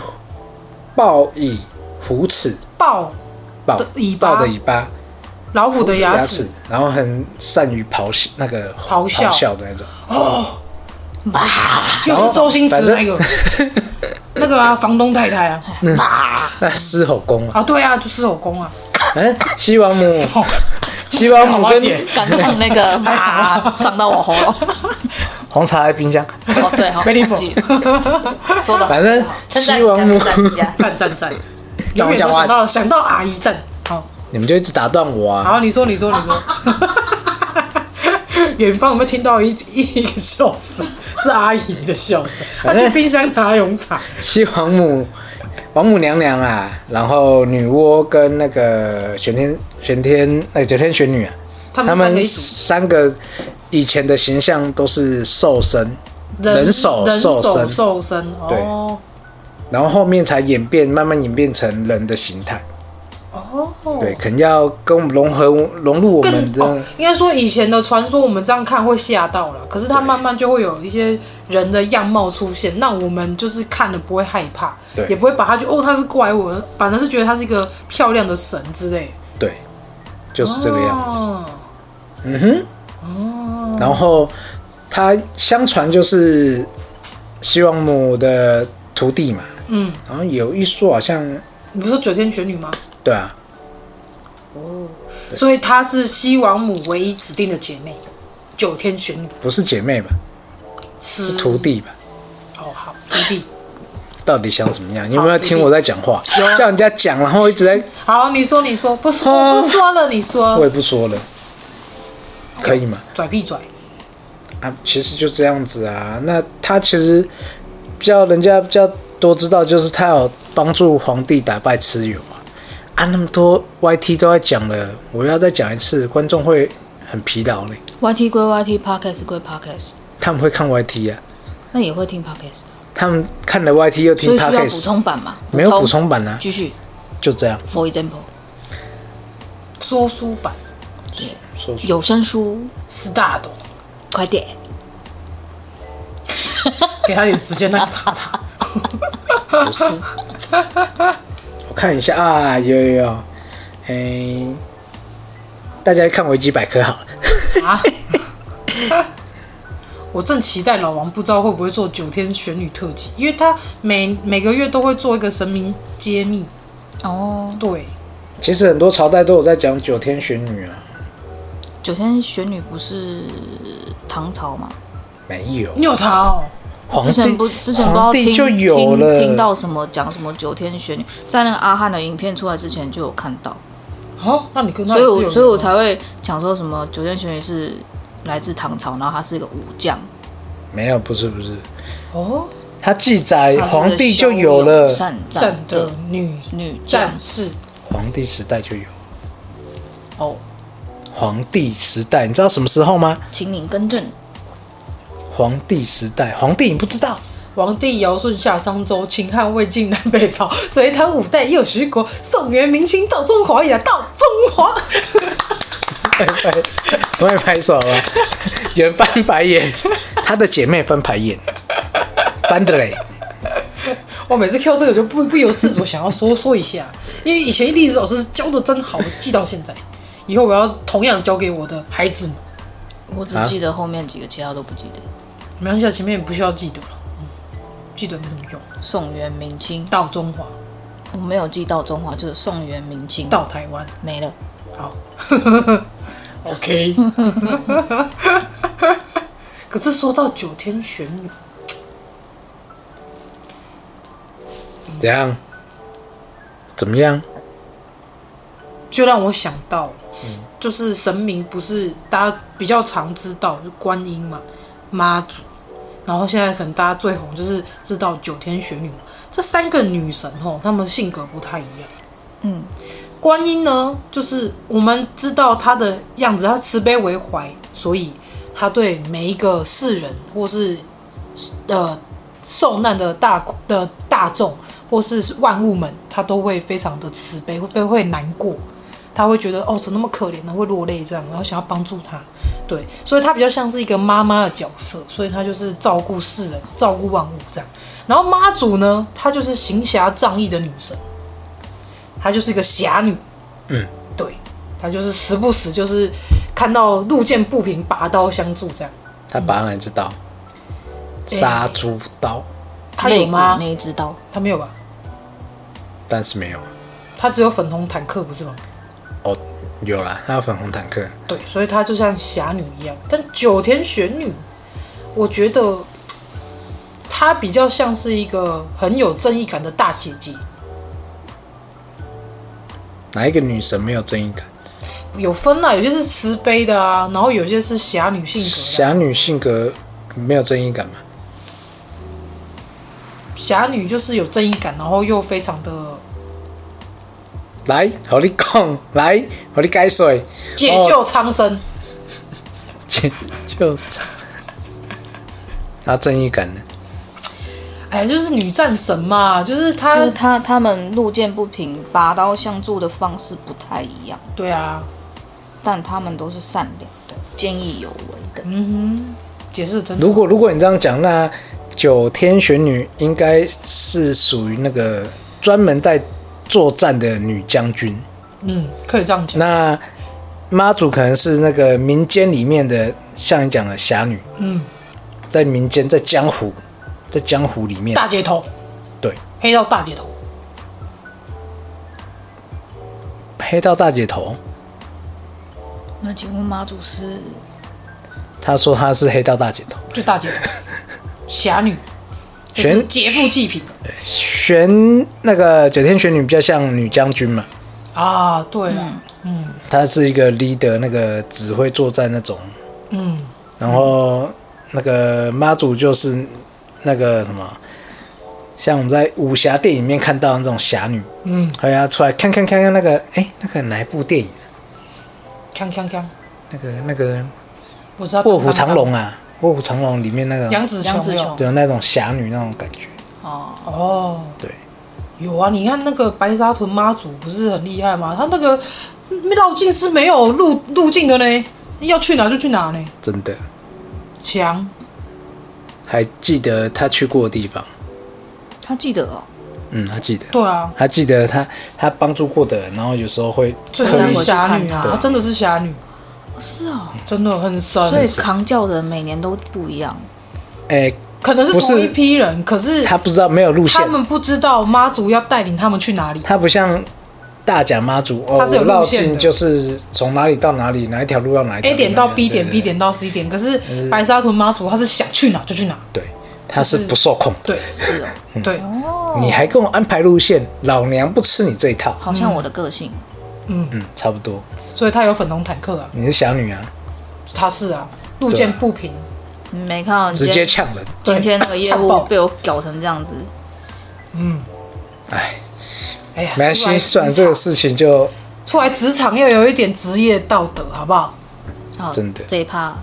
S2: 豹尾虎齿
S3: 豹
S2: 豹
S3: 的尾巴
S2: 豹的尾巴，
S3: 老虎的牙齿
S2: 齿，，然后很善于咆哮那个
S3: 咆哮
S2: 的那种。
S3: 又是周星驰
S2: 反正
S3: 那个
S2: [laughs]
S3: 那个啊，房东太太 [laughs] 啊，
S2: 那狮吼功啊，
S3: 啊对啊，就是我公啊，
S2: 反正西王母，西王母
S3: 好啊姐
S2: 跟
S4: 刚刚那 [laughs] 个啊，伤到我喉咙。
S2: 红茶在冰箱，
S4: 哦，对，好，
S3: Very
S4: 忘记了说的，
S2: 反正
S4: 称赞
S2: 西
S4: 一
S2: 王
S4: 下，
S2: 母
S4: 称，
S2: [laughs]
S4: 赞一下。
S3: 赞赞赞，
S2: 让
S3: 永
S2: 我
S3: 远
S2: 讲
S3: 都想
S2: 完，
S3: 到想到阿姨赞，好。
S2: 你们就一直打断我
S3: 然
S2: 啊。
S3: 后你说，你说，你
S2: [laughs]
S3: 说，远方有没有听到一一个笑声？是阿姨的笑声。她
S2: 反正
S3: 去冰箱拿红茶，
S2: 西王母，王母娘娘啊，然后女娲跟那个玄天玄天呃九天玄女啊，
S3: 他
S2: 他
S3: 们三个
S2: 们
S3: 一组，
S2: 三个以前的形象都是兽身，人手
S3: 人
S2: 瘦
S3: 手
S2: 身
S3: 瘦身
S2: 对
S3: 哦
S2: 然后后面才演变，慢慢演变成人的形态。
S3: 哦，
S2: 对，可能要跟我们融合融入我
S3: 更
S2: 们
S3: 哦
S2: 的，
S3: 应该说以前的传说，我们这样看会吓到了，可是它慢慢就会有一些人的样貌出现，那我们就是看了不会害怕
S2: 对，
S3: 也不会把它就哦它是怪物，反而是觉得它是一个漂亮的神之类，
S2: 对，就是这个样子。
S3: 哦
S2: 嗯哼，然后他相传就是西王母的徒弟嘛，
S3: 嗯，
S2: 然后有一说好像
S3: 你不是说九天玄女吗？
S2: 对啊，
S3: 所以她是西王母唯一指定的姐妹，九天玄女
S2: 不是姐妹吧，
S3: 是
S2: 是徒。弟吧？
S3: 哦，好，徒弟。
S2: 到底想怎么样？你有没有
S3: 好徒弟
S2: 听我在讲话？
S3: 啊
S2: 叫人家讲，然后一直在，
S3: 好，你说，你说，不说，我不说了，你
S2: 啊我
S3: 说
S2: 也，不说了，可以吗？
S3: 拽屁拽。
S2: 啊，其实就这样子啊。那他其实比较人家比较多知道，就是他有帮助皇帝打败蚩尤啊。啊，那么多 YT 都在讲了，我要再讲一次，观众会很疲劳嘞。
S4: YT 归 YT，Podcast 归 Podcast，
S2: 他们会看 YT 啊，
S4: 那也会听 Podcast，
S2: 他们看了 YT 又
S4: 所
S2: 听
S4: 以需要补
S2: Podcast，
S4: 充版嘛？
S2: 没有补充版啊，
S4: 继续
S2: 就这样。
S4: ，For example，
S3: 说书版
S2: 说说
S4: 有声书，
S3: 是大的，
S4: 快点，
S3: 给他点时间，那个查查。
S2: 我看一下啊，有有有，哎、大家看维基百科好了。
S3: 啊！ [laughs] 我正期待老王不知道会不会做九天玄女特辑，因为他每每个月都会做一个神明揭秘。
S4: 哦，
S3: 对，
S2: 其实很多朝代都有在讲九天玄女啊，
S4: 九天玄女不是唐朝嘛？
S2: 没有
S3: 你有查哦？
S2: 皇
S4: 之前
S2: 帝
S4: 不，之前不知道
S2: 皇帝
S4: 听
S2: 就有
S4: 听
S2: 了。
S4: 听到什么讲什么九天玄女，在那个阿汉的影片出来之前就有看到，
S3: 哦，那你跟他
S4: 所
S3: 也
S4: 以
S3: 是
S4: 我
S3: 有，
S4: 所以我才会讲说什么九天玄女是来自唐朝，然后他是一个武将，
S2: 没有，不是不是，
S3: 哦，
S2: 他记载
S4: 她是个
S2: 皇帝就
S4: 骁
S2: 有
S4: 勇
S2: 了，
S4: 善战
S3: 战
S4: 的
S3: 的女
S4: 女将
S3: 战士，
S2: 皇帝时代就有。
S4: 哦，
S2: 皇帝时代，你知道什么时候吗？
S4: 请您更正，
S2: 皇帝时代，皇帝你不知道，
S3: 皇帝尧舜夏商周秦汉魏晋南北朝隋唐五代又十国宋元明清到中华也到中华， [laughs]
S2: 拍拍，我也拍手
S4: [laughs]
S2: 了。有人翻白眼，他的姐妹翻白眼，翻的嘞。
S3: 我每次 Q 这个就不不由自主想要说说一下，因为以前历史老师教的真好，我记到现在。以后我要同样教给我的孩子们，
S4: 我只记得后面几个，其他都不记得。
S3: 没关系啊，前面也不需要记得了，嗯，记得没什么用。
S4: 宋元明清，
S3: 到中华，
S4: 我没有记到中华，就是宋元明清
S3: 到台湾， [laughs]
S4: 没了。
S3: 好，OK。可是说到九天玄女，
S2: 怎样？怎么样？
S3: 就让我想到，就是神明不是大家比较常知道，就观音嘛、妈祖，然后现在可能大家最红就是知道九天玄女嘛，这三个女神吼，她们性格不太一样。
S4: 嗯，
S3: 观音呢，就是我们知道她的样子，她慈悲为怀，所以她对每一个世人或是呃受难的大的大众或是万物们，她都会非常的慈悲，会会难过。他会觉得哦，怎么那么可怜呢？会落泪这样，然后想要帮助他，对，所以他比较像是一个妈妈的角色，所以他就是照顾世人，照顾万物这样。然后妈祖呢，她就是行侠仗义的女神，她就是一个侠女，
S2: 嗯，
S3: 对，她就是时不时就是看到路见不平拔刀相助这样。
S2: 他拔哪只刀？
S4: 嗯
S2: 杀猪刀，
S3: 她有吗
S4: 肋骨那？一只刀，
S3: 她没有吧？
S2: 但是没有。
S3: 她只有粉红坦克不是吗？
S2: 哦，有啦，他有粉红坦克。
S3: 对，所以她就像侠女一样。但九天玄女，我觉得她比较像是一个很有正义感的大姐姐，
S2: 哪一个女神没有正义感？
S3: 有分啊啦，有些是慈悲的啊，然后有些是侠女性格的啊。
S2: 侠女性格没有正义感吗？
S3: 侠女就是有正义感，然后又非常的
S2: 来，和你讲，来，和你解 [laughs] 水，
S3: 解救苍生。
S2: 解救。他正义感呢？
S3: 哎，就是女战神嘛，就是
S4: 就
S3: 她
S4: 是，他他们路见不平，拔刀相助的方式不太一样，
S3: 对啊，
S4: 但他们都是善良的，见义勇为的。
S3: 嗯哼，解释得真的
S2: 如果如果你这样讲，那九天玄女应该是属于那个专门在作战的女将军。
S3: 嗯，可以这样讲，
S2: 那妈祖可能是那个民间里面的，像你讲的侠女，
S3: 嗯，
S2: 在民间，在江湖，在江湖里面，
S3: 大姐头，
S2: 对，
S3: 黑道大姐头，
S2: 黑道大姐头，
S4: 那请问妈祖是
S2: 她说她是黑道大姐头。
S3: 就大姐头，侠女，就是
S2: 玄
S3: 劫富济贫
S2: 玄那个九天玄女比较像女将军嘛，
S3: 啊，对了，
S4: 嗯
S2: 她是一个 leader，那个指挥作战那种。
S3: 嗯
S2: 然后那个妈祖就是那个什么，像我们在武侠电影里面看到的那种侠女，
S3: 嗯，
S2: 还有她出来看看看看那个，哎，那个哪一部电影啊？
S3: 锵锵锵，
S2: 那个那个
S3: 我知道。
S2: 《卧虎藏龙》，啊，《卧虎藏龙》里面那个
S3: 杨紫
S4: 杨紫
S3: 琼
S4: 琼
S3: 有
S2: 对那种侠女那种感觉，
S4: 哦，
S3: 哦，
S2: 对，
S3: 有啊，你看那个白沙屯妈祖不是很厉害吗？她那个绕境是没有路路径的呢，要去哪就去哪呢，
S2: 真的。
S3: 强。
S2: 还记得她去过的地方，
S4: 他记得哦，
S2: 嗯，她记得，
S3: 对啊，
S2: 她记得她她帮助过的人，然后有时候会
S3: 最
S4: 可
S3: 真
S4: 以
S3: 是侠女
S4: 去看
S3: 啊，
S4: 她
S3: 她真的是侠女，
S4: 哦是哦，
S3: 真的很
S4: 所以
S3: 神。
S4: 扛轿的每年都不一样。
S2: 哎，
S3: 可能是
S2: 不是
S3: 同一批人，可是
S2: 她不知道没有路线
S3: 他，们不知道妈祖要带领他们去哪里。
S2: 它不像大甲妈祖哦，
S3: 它是有
S2: 我绕
S3: 路线
S2: 境
S3: 的
S2: 就是从哪里到哪里，哪一条路到哪一条
S3: A
S2: 路
S3: 点到 B
S2: 对
S3: 点
S2: 对呃
S3: ，B 点到 C 点，可是白沙屯妈祖她是想去哪就去哪，
S2: 对，它是不受控的。
S3: 对
S4: 是哦，
S2: 嗯
S3: 对，
S4: 哦，
S2: 你还跟我安排路线，老娘不吃你这一套。
S4: 好像我的个性。
S2: 嗯嗯，差不多。
S3: 所以他有粉红坦克啊，
S2: 你是侠女啊，
S3: 他是啊，路见不平，
S4: 你没看到你
S2: 直
S4: 今
S2: 接
S4: 天
S2: 呛人，
S3: 对
S4: 今天那个业
S3: 呛爆
S4: 务被我搞成这样子，
S3: 嗯，
S2: 哎，
S3: 哎呀，
S2: 没关
S3: 出来
S2: 系，
S3: 职场
S2: 算了，这个事情就
S3: 出来职场要有一点职业道德，好不好？
S4: 好，
S2: 真的
S4: 这一趴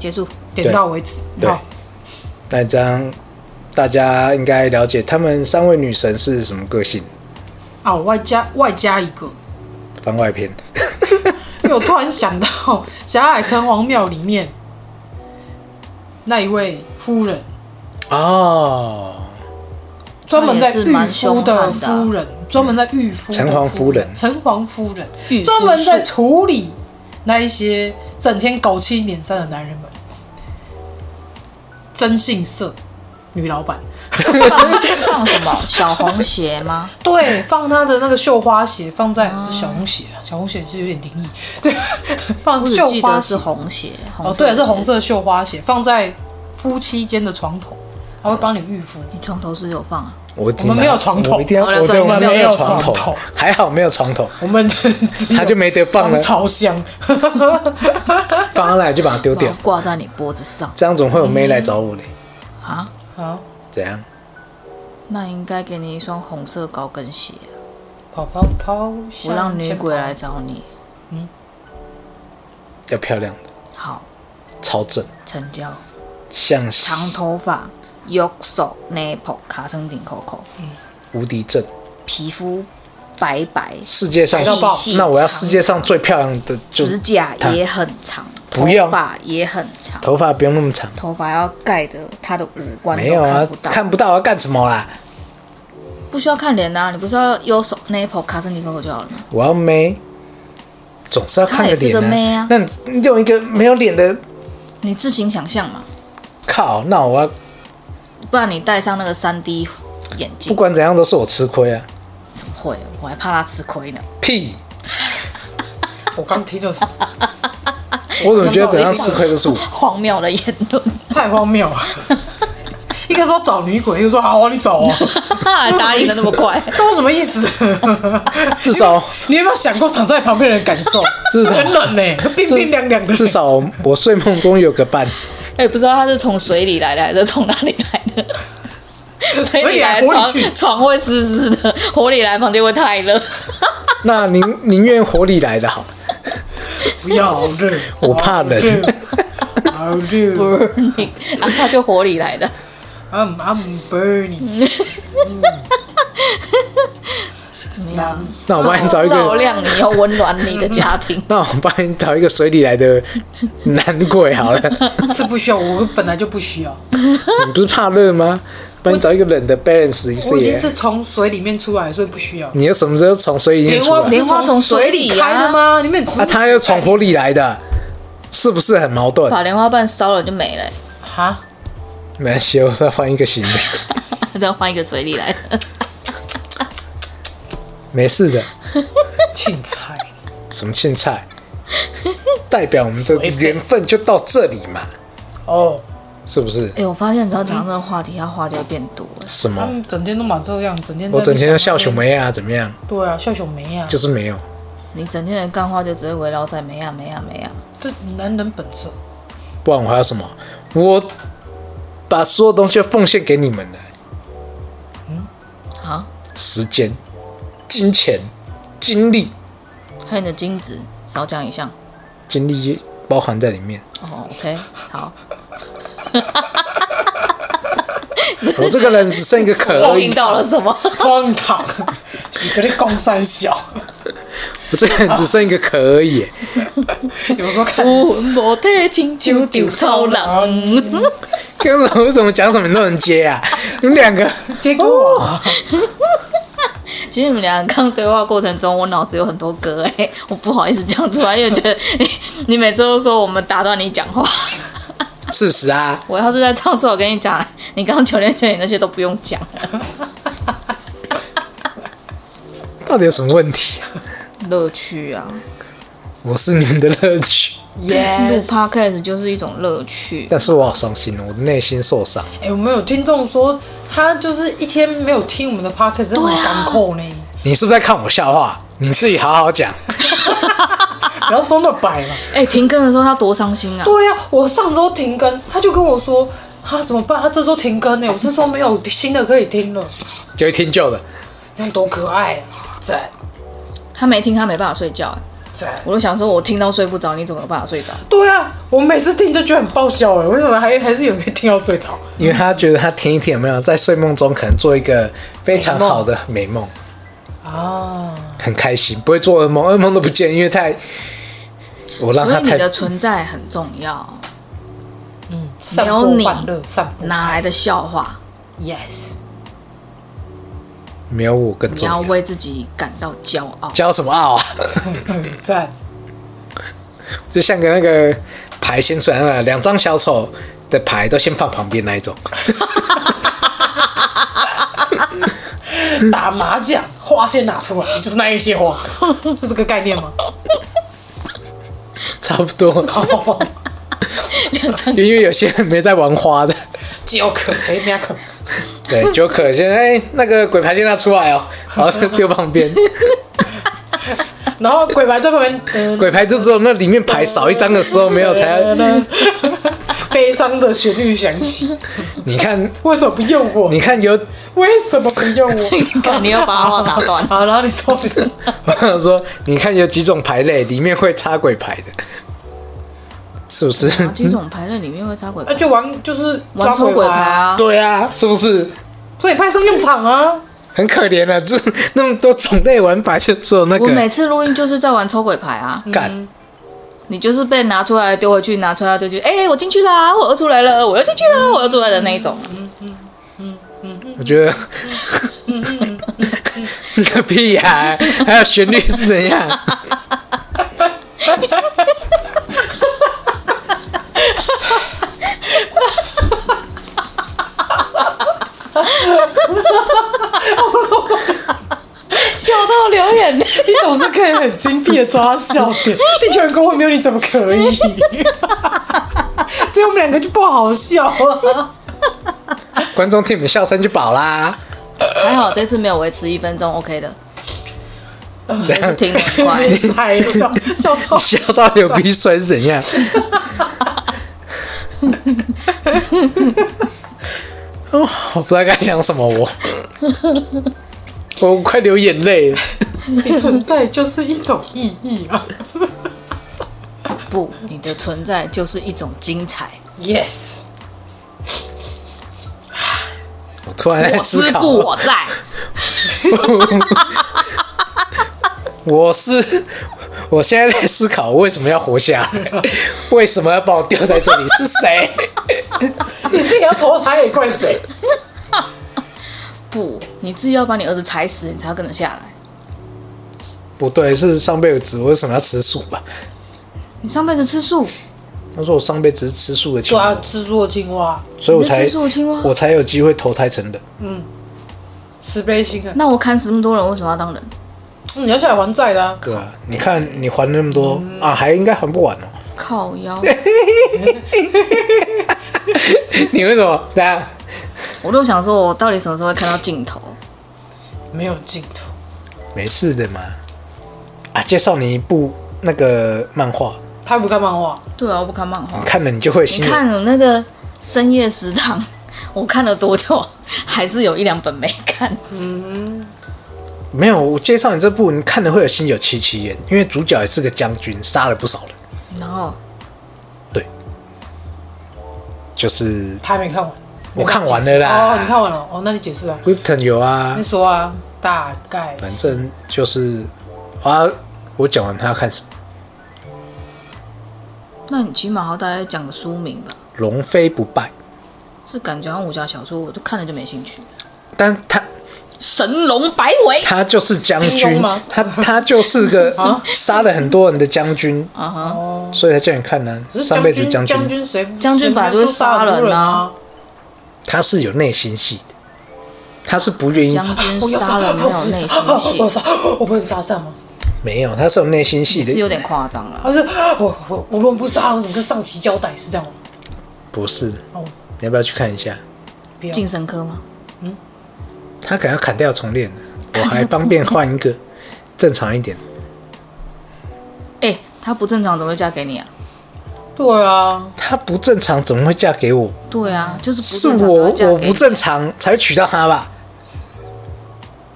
S4: 结束。
S3: 点到为止，
S2: 对
S3: 好，
S2: 那这样，大家应该了解她们三位女神是什么个性。
S3: 啊，我外加外加一个，
S2: 番外篇，
S3: 因为我突然想到《霞海城隍庙》里面那一位夫人，
S2: 哦，
S3: 专门在
S4: 哦她也是
S3: 御
S4: 蛮
S3: 夫
S4: 凶
S3: 的
S4: 悍的啊
S3: 夫人，专门在御夫的
S2: 城隍夫人
S3: 城隍夫
S4: 御
S3: 人
S4: 夫
S3: 专门在处理那一些整天狗七脸三的男人们，真性色女老板。
S4: 放什么小红鞋吗？
S3: 对，放他的那个绣花鞋，放在、小红鞋啊，小红鞋是有点灵异，对，放
S4: 我只
S3: 绣
S4: 记
S3: 花
S4: 得
S3: 鞋
S4: 是红鞋，
S3: 哦，对，是红
S4: 鞋。
S3: 色的绣花鞋，放在夫妻间的床头，他会帮你预敷。
S4: 你床头是有放啊？
S2: 我
S3: 我们没有床头
S2: 我一定要，
S4: 好了
S2: 我
S4: 对
S2: 我们
S4: 我们没有
S2: 床
S3: 床头
S2: 还好没有床头，
S3: 我们只有
S2: 他就没得放了
S3: 防潮箱，
S2: 放上来就把它丢掉
S4: 然后，啊挂在你脖子上
S2: 这样总会有妹来找我嘞。
S4: 啊？
S3: 好，
S2: 怎样？
S4: 那应该给你一双红色高跟鞋啊，
S3: 跑跑跑，
S4: 我让女鬼
S3: 向
S4: 来
S3: 前
S4: 找你。
S2: 要漂亮的，
S4: 好，
S2: 超正，
S4: 成交。
S2: 像
S4: 长头发，右手 nipple 卡成顶扣扣，
S2: 无敌正，
S4: 皮肤白白，
S2: 世界上
S3: 海盗报
S2: 那我要世界上最漂亮的就
S4: 指甲
S2: 她
S4: 也很长，
S2: 不要
S4: 头发也很长，
S2: 头发不用那么长，
S4: 头发要盖的她的五官
S2: 没
S4: 都
S2: 有啊
S4: 看不，到，
S2: 看不到要干什么啊啦？
S4: 不需要看脸啊，你不是要右手 nipple 卡成顶扣扣就好了吗？
S2: 我要妹，总是要看
S4: 她也是
S2: 脸
S4: 个妹啊
S2: 那你用一个没有脸的，
S4: 你自行想象嘛，
S2: 靠，那我要
S4: 不然你戴上那个三 D 眼
S2: 不
S4: 镜，
S2: 管怎样都是我吃亏啊，
S4: 怎么会？我还怕她吃亏呢。
S2: 屁！
S3: 跑。我刚听到什么？
S2: 我怎么觉得怎样吃亏都是我？
S4: 荒谬的言 [laughs] 论，
S3: 太荒谬了。 [laughs] 一个说找女鬼，一个说好啊，你找啊，
S4: 答应的那么快。
S3: [laughs] 都什么意思？
S2: [laughs] 至少
S3: 你有没有想过躺在旁边的人感受？
S2: 至少
S3: 很
S2: [laughs]
S3: 冷呢、冰冰凉凉的。
S2: 至少我睡梦中有个伴，
S4: 哎、不知道他是从水里来的还是从哪里来 [laughs] 的。
S3: 水里来
S4: 来
S3: 火里
S4: 床
S3: 去
S4: 床会湿湿的，火里来房间会太热。
S2: 那宁宁愿火里来的好。
S3: 不要好热，
S2: 我怕冷
S3: 好热。好热
S4: Burning，啊，他就火里来的。
S3: I'm I'm burning。
S4: 怎么样？
S2: 那我帮你找一
S4: 照
S2: 个，。
S4: 亮你要温暖你的家庭
S2: 那我帮你找一个水里来的男鬼好了。
S3: 是不需要，我本来就不需要。
S2: 你不是怕热吗？帮你找一个冷的 balance 一下
S3: 我已。经是从水里面出来，所以不需要。
S2: 你又什么时候从水里面
S3: 莲
S2: 出
S3: 花不
S2: 来？
S3: 是
S4: 莲花从水里啊
S3: 水开的吗？里面植物
S2: 啊，他又从火里来的，是不是很矛盾？
S4: [laughs] 把莲花瓣烧了就没了、 [laughs]
S3: 哈，
S2: 没关系，我再换一个新的，
S4: 再换一个水里来的。
S2: 没事的。
S3: 青菜
S2: 什么青菜？代表我们的缘分就到这里嘛，
S3: 哦，
S2: 是不是
S4: 哎、？我发现只要讲这个话题，他话就会变多了。
S2: 什
S3: 他
S2: 么？
S3: 们整天都满这样，整天在
S2: 我整天在
S3: 笑
S2: 笑熊。妹啊，怎么样？
S3: 对啊，笑熊没啊，
S2: 就是没有。
S4: 你整天的干话就只会围绕在没啊没啊没啊。
S3: 这男人本色。
S2: 不然我还有什么？我把所有东西都奉献给你们了，
S4: 啊，
S2: 时间、金钱、精力，
S4: 还有你的精子，少讲一项。
S2: 精力也包含在里
S3: [laughs]
S2: 面。
S4: 哦，OK，好。
S2: 我这个人只剩一个壳而
S4: 我
S2: 已
S4: 听，到了什么？
S3: 荒唐，几个在公山小， [laughs]
S2: 我这个人只剩一个壳而已。
S3: 有时候看
S4: 有魂无体， [laughs] 亲像稻草人。
S2: 跟我为什么讲什么你都能接啊？你们两个
S3: 结果
S4: [laughs] 其实你们俩刚对话过程中，我脑子有很多歌哎、我不好意思讲出来，因为觉得你你每次都说我们打断你讲话。 [laughs]
S2: 事实啊，
S4: 我要是再唱出来，我跟你讲，你刚刚九连选你那些都不用讲了，
S2: 到底有什么问题啊？
S4: 乐趣啊！
S2: 我是你们的乐趣。
S4: 录
S3: 耶，
S4: podcast 就是一种乐趣。
S2: 但是我好伤心哦，我的内心受伤。
S3: 哎，我们有听众说他就是一天没有听我们的 podcast，让我们
S4: 对啊
S3: 干扣呢。
S2: 你是不是在看我笑话？你自己好好讲。
S3: 不要说那么白嘛。
S4: 哎、停更的时候他多伤心啊！
S3: 对呀、我上周停更，他就跟我说。啊，怎么办？他这周停更呢、我这周没有新的可以听了，
S2: 就会听旧的。
S3: 那多可爱啊！赞
S4: 他没听，他没办法睡觉、哎
S3: 赞，
S4: 我就想说，我听到睡不着，你怎么有办法睡着？
S3: 对啊，我每次听就觉得很爆笑哎、为什么还还是有人可以听到睡着？
S2: 因为他觉得他听一听有没有在睡梦中可能做一个非常好的美梦，
S3: 啊，
S2: 很开心，不会做噩梦，噩梦都不见，因为太我让
S4: 所
S2: 他
S4: 以你
S2: 太
S4: 的存在很重要，
S3: 嗯，
S4: 没
S3: 散
S4: 有
S3: 播
S4: 你
S3: 欢乐，散播
S4: 哪来的笑话？
S3: yes，
S2: 没有我更
S4: 你
S2: 重
S4: 要
S2: 要。
S4: 为自己感到骄
S2: [laughs]
S4: 傲。
S2: 教什么傲啊？
S3: 嗯赞，
S2: 就像个那个牌先出来了，两张小丑的牌都先放旁边那一种，
S3: 打麻将花先拿出来，就是那一些花，是这个概念吗？
S2: 差不多。
S3: 哦，
S2: 因为有些人没在玩花的，
S3: 就可以那可
S2: 对，Joker 现在哎那个鬼牌先拿出来哦，然后丢旁边，
S3: 然后鬼牌在旁边，呃
S2: 鬼牌就只有那里面牌少一张的时候没有才要。
S3: 悲伤的旋律响起，
S2: 你看，
S3: 为什么不用我？
S2: 你看有，
S3: 为什么不用我？
S4: 看你又把话打断
S3: 好，然后你说，你说，
S2: 我想 [laughs] 说，你看有几种牌类里面会插鬼牌的，是不是？
S4: 啊，这种牌类里面会插鬼牌
S3: 那，就玩就是
S4: 玩
S3: 抽
S4: 抽啊鬼牌，啊，
S2: 对啊，是不是？
S3: 所以派上用场啊。
S2: 很可怜啊，这那么多种类玩法，就只有那
S4: 我每
S2: 个
S4: 次录音就是在玩抽鬼牌啊，
S2: 干。
S4: 你就是被拿出来丢回去，拿出来丢回去，哎、我进去啦，我又出来了，我又进去啦，我又出来的那一种。
S2: 我觉得，
S4: 嗯
S2: [laughs] 你个屁呀、还有旋律是怎样？
S4: [laughs] 笑到流眼泪。
S3: 你总是可以很精辟的抓到笑点，地球人工会没有你怎么可以？所以我们两个就不好笑了。
S2: 观众听你们笑声就饱啦。
S4: 还好这次没有维持一分钟，OK 的。我听得很快，
S3: 太笑笑
S2: [laughs]
S3: 到
S2: 笑到流鼻水是怎样？ [laughs] 哦我不知道该想什么我，我快流眼泪了。
S3: [laughs] 你存在就是一种意义啊
S4: 不，你的存在就是一种精彩。
S3: ！Yes，
S2: 我突然在
S4: 我
S2: 思
S4: 思
S2: 考，
S4: 故我在，
S2: 我是我现在在思考为什么要活下来，为什么要把我丢在
S4: [laughs]
S2: 这里？是谁？
S3: [laughs] 你自己要投胎也怪 [laughs] 谁？
S4: 不，你自己要把你儿子踩死，你才要跟得下来。
S2: 不对，是上辈子为什么要吃素吧？
S4: 你上辈子吃素，
S2: 他说我上辈子是吃素的青
S3: 对
S2: 蛙
S3: 啊，，制作青蛙，
S2: 所以我
S4: 你是
S2: 才
S4: 吃素的青蛙
S2: 我才有机会投胎成人。
S3: 慈悲心啊！
S4: 那我砍死那么多人，为什么要当人？
S3: 嗯你要下来还债的啊！
S2: 对啊，你看你还那么多、
S4: 嗯
S2: 啊，还应该还不完哦。
S4: 靠腰，
S2: 你为什么？大家
S4: 我都想说，我到底什么时候会看到尽头？
S3: 没有尽头，
S2: 没事的嘛。啊，介绍你一部那个漫画，
S3: 他不看漫画，
S4: 对啊，我不看漫画
S2: 你，看了你就会
S4: 你
S2: 心有
S4: 看我那个深夜食堂，我看了多久，还是有一两本没看。
S2: 没有？我介绍你这部，你看了会有心有戚戚焉，因为主角也是个将军，杀了不少人。
S4: 然后
S2: 对，就是
S3: 他还没看完。
S2: 我看完了啦
S3: 哦，你看完了哦，那你解释啊？
S2: Whipton 有啊
S3: 你，说啊，大概
S2: 反
S3: 是
S2: 正就是啊，我讲完他要看什么？
S4: 那你起码好歹讲个书名吧，
S2: 龙飞不败，
S4: 是感觉好像武侠小说，我就看了就没兴趣。
S2: 但他
S4: 神龙摆尾，
S2: 他就是将
S3: 金
S2: 军
S3: 庸吗，啊
S2: 他他就是
S3: [laughs]
S2: 个杀了很多人的将军，
S4: 啊哈，
S2: 所以才叫你看呢、
S3: 可是
S2: 上辈子
S3: 将
S2: 将
S3: 将
S2: 军，
S3: 军谁
S4: 将军本来就会杀人
S3: 谁
S4: 啊
S3: 没有人啊？
S2: 他是有内心戏的，他是不愿意
S4: 将军杀人没有内心 [laughs] 戏
S3: 我，杀，我不能杀这样吗？
S2: 没有，他是有内心戏
S4: 也是有
S2: 的，
S4: 点夸张了。
S3: 他是我我无论不杀，我怎么跟上级交代是这样吗？
S2: 不是？
S3: 哦，
S2: 你要不要去看一下？
S3: 不要
S4: 晋升科吗？ [laughs]
S2: 他可能要砍掉重练了，我还方便换一个。正常一点。
S4: 哎、他不正常怎么会嫁给你啊？
S3: 对啊，
S2: 她不正常怎么会嫁给我？
S4: 对啊，就是不
S2: 是
S4: 正常
S2: 我
S4: 才会
S2: 我
S4: 嫁给
S2: 不
S4: 你
S2: 正，常才会娶到她吧？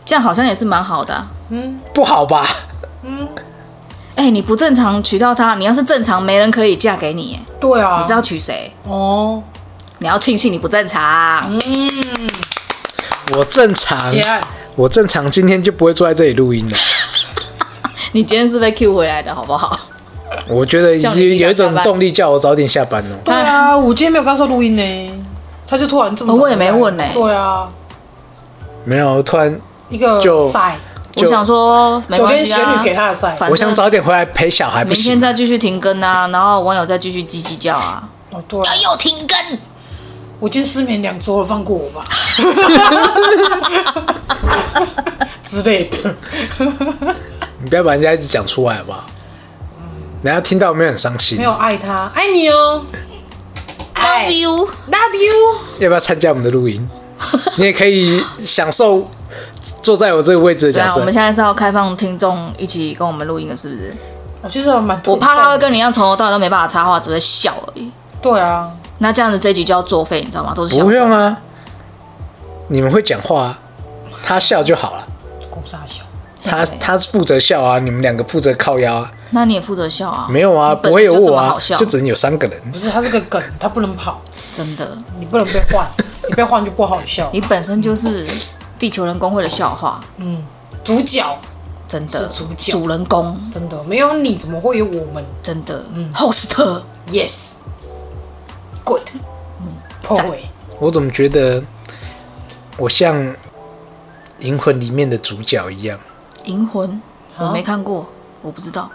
S4: 这样好像也是蛮好的啊、
S2: 不好吧？
S4: 哎、你不正常娶到他，你要是正常，没人可以嫁给你，哎
S3: 对啊，
S4: 你是要娶谁？
S3: 哦，
S4: 你要庆幸你不
S2: 嗯
S4: 正常，
S2: 我正常，
S3: 结案，
S2: 我正常，今天就不会坐在这里录音了。
S4: 你今天是被 Q 回来的好不好？
S2: 我觉得已
S4: 叫你
S2: 经
S4: 一定
S2: 有
S4: 要
S2: 一种
S4: 下班
S2: 动力叫我早点下班哦。
S3: 对啊，我今天没有跟他说录音呢，他就突然这么，
S4: 哎哦我也没问呢
S3: 对啊，
S2: 没有，突然
S3: 一个
S2: 就
S3: 赛，
S2: 就
S4: 我想说没
S3: 九
S4: 关
S3: 天
S4: 系
S3: 玄
S4: 啊
S3: 女，给他的赛，
S4: 反
S2: 我想
S4: 正
S2: 早点回来陪小孩，不
S4: 明天
S2: 行。
S4: 再继续停更啊，然后网友再继续叽叽叫啊，
S3: 哦对啊，
S4: 又停更。
S3: 我今天失眠两周了，放过我
S4: [laughs]
S3: 吧，之类的，
S2: 你不要把人家一直讲出来好不好？人家听到没有很伤心
S3: 没？有爱他，爱你哦
S2: 哎
S4: Love you，
S3: ，Love you，
S2: 要不要参加我们的录
S4: [laughs]
S2: 音？你也可以享受坐在我这个位置的
S4: 对
S2: 角
S4: 啊，我
S2: 色
S4: 们。现在是要开放听众一起跟我们录音的，是不是？
S3: 我其实还蛮，
S4: 我怕他会，跟你一样从头到尾都没办法插话，只会笑而已。
S3: 对啊，
S4: 那这样子这一集就要作废，你知道吗？都是笑
S2: 不
S4: 声
S2: 用啊，你们会讲话、啊，他笑就好了。
S3: 公傻笑，
S2: 他他负责笑啊，你们两个负责靠腰啊。
S4: 那你也负责笑啊？
S2: 没有啊，
S4: 你本
S2: 不会有
S4: 身就这
S2: 我
S4: 么
S2: 啊
S4: 好笑，
S2: 就只能有三个人。
S3: 不是，他是个梗，他不能跑，
S4: 真的，
S3: 你不能被换，你被换就不好笑，
S4: 你本身就是地球人工会的笑话，
S3: 主角。
S4: 真的
S3: 是主角
S4: 主人公，
S3: 真的，没有你怎么会有我们
S4: 真的，嗯，host，
S3: ？Yes, good，破尾
S2: 我怎么觉得我像《银魂》里面的主角一样？
S4: 银魂，
S3: 啊
S4: 我没看过，我不知道，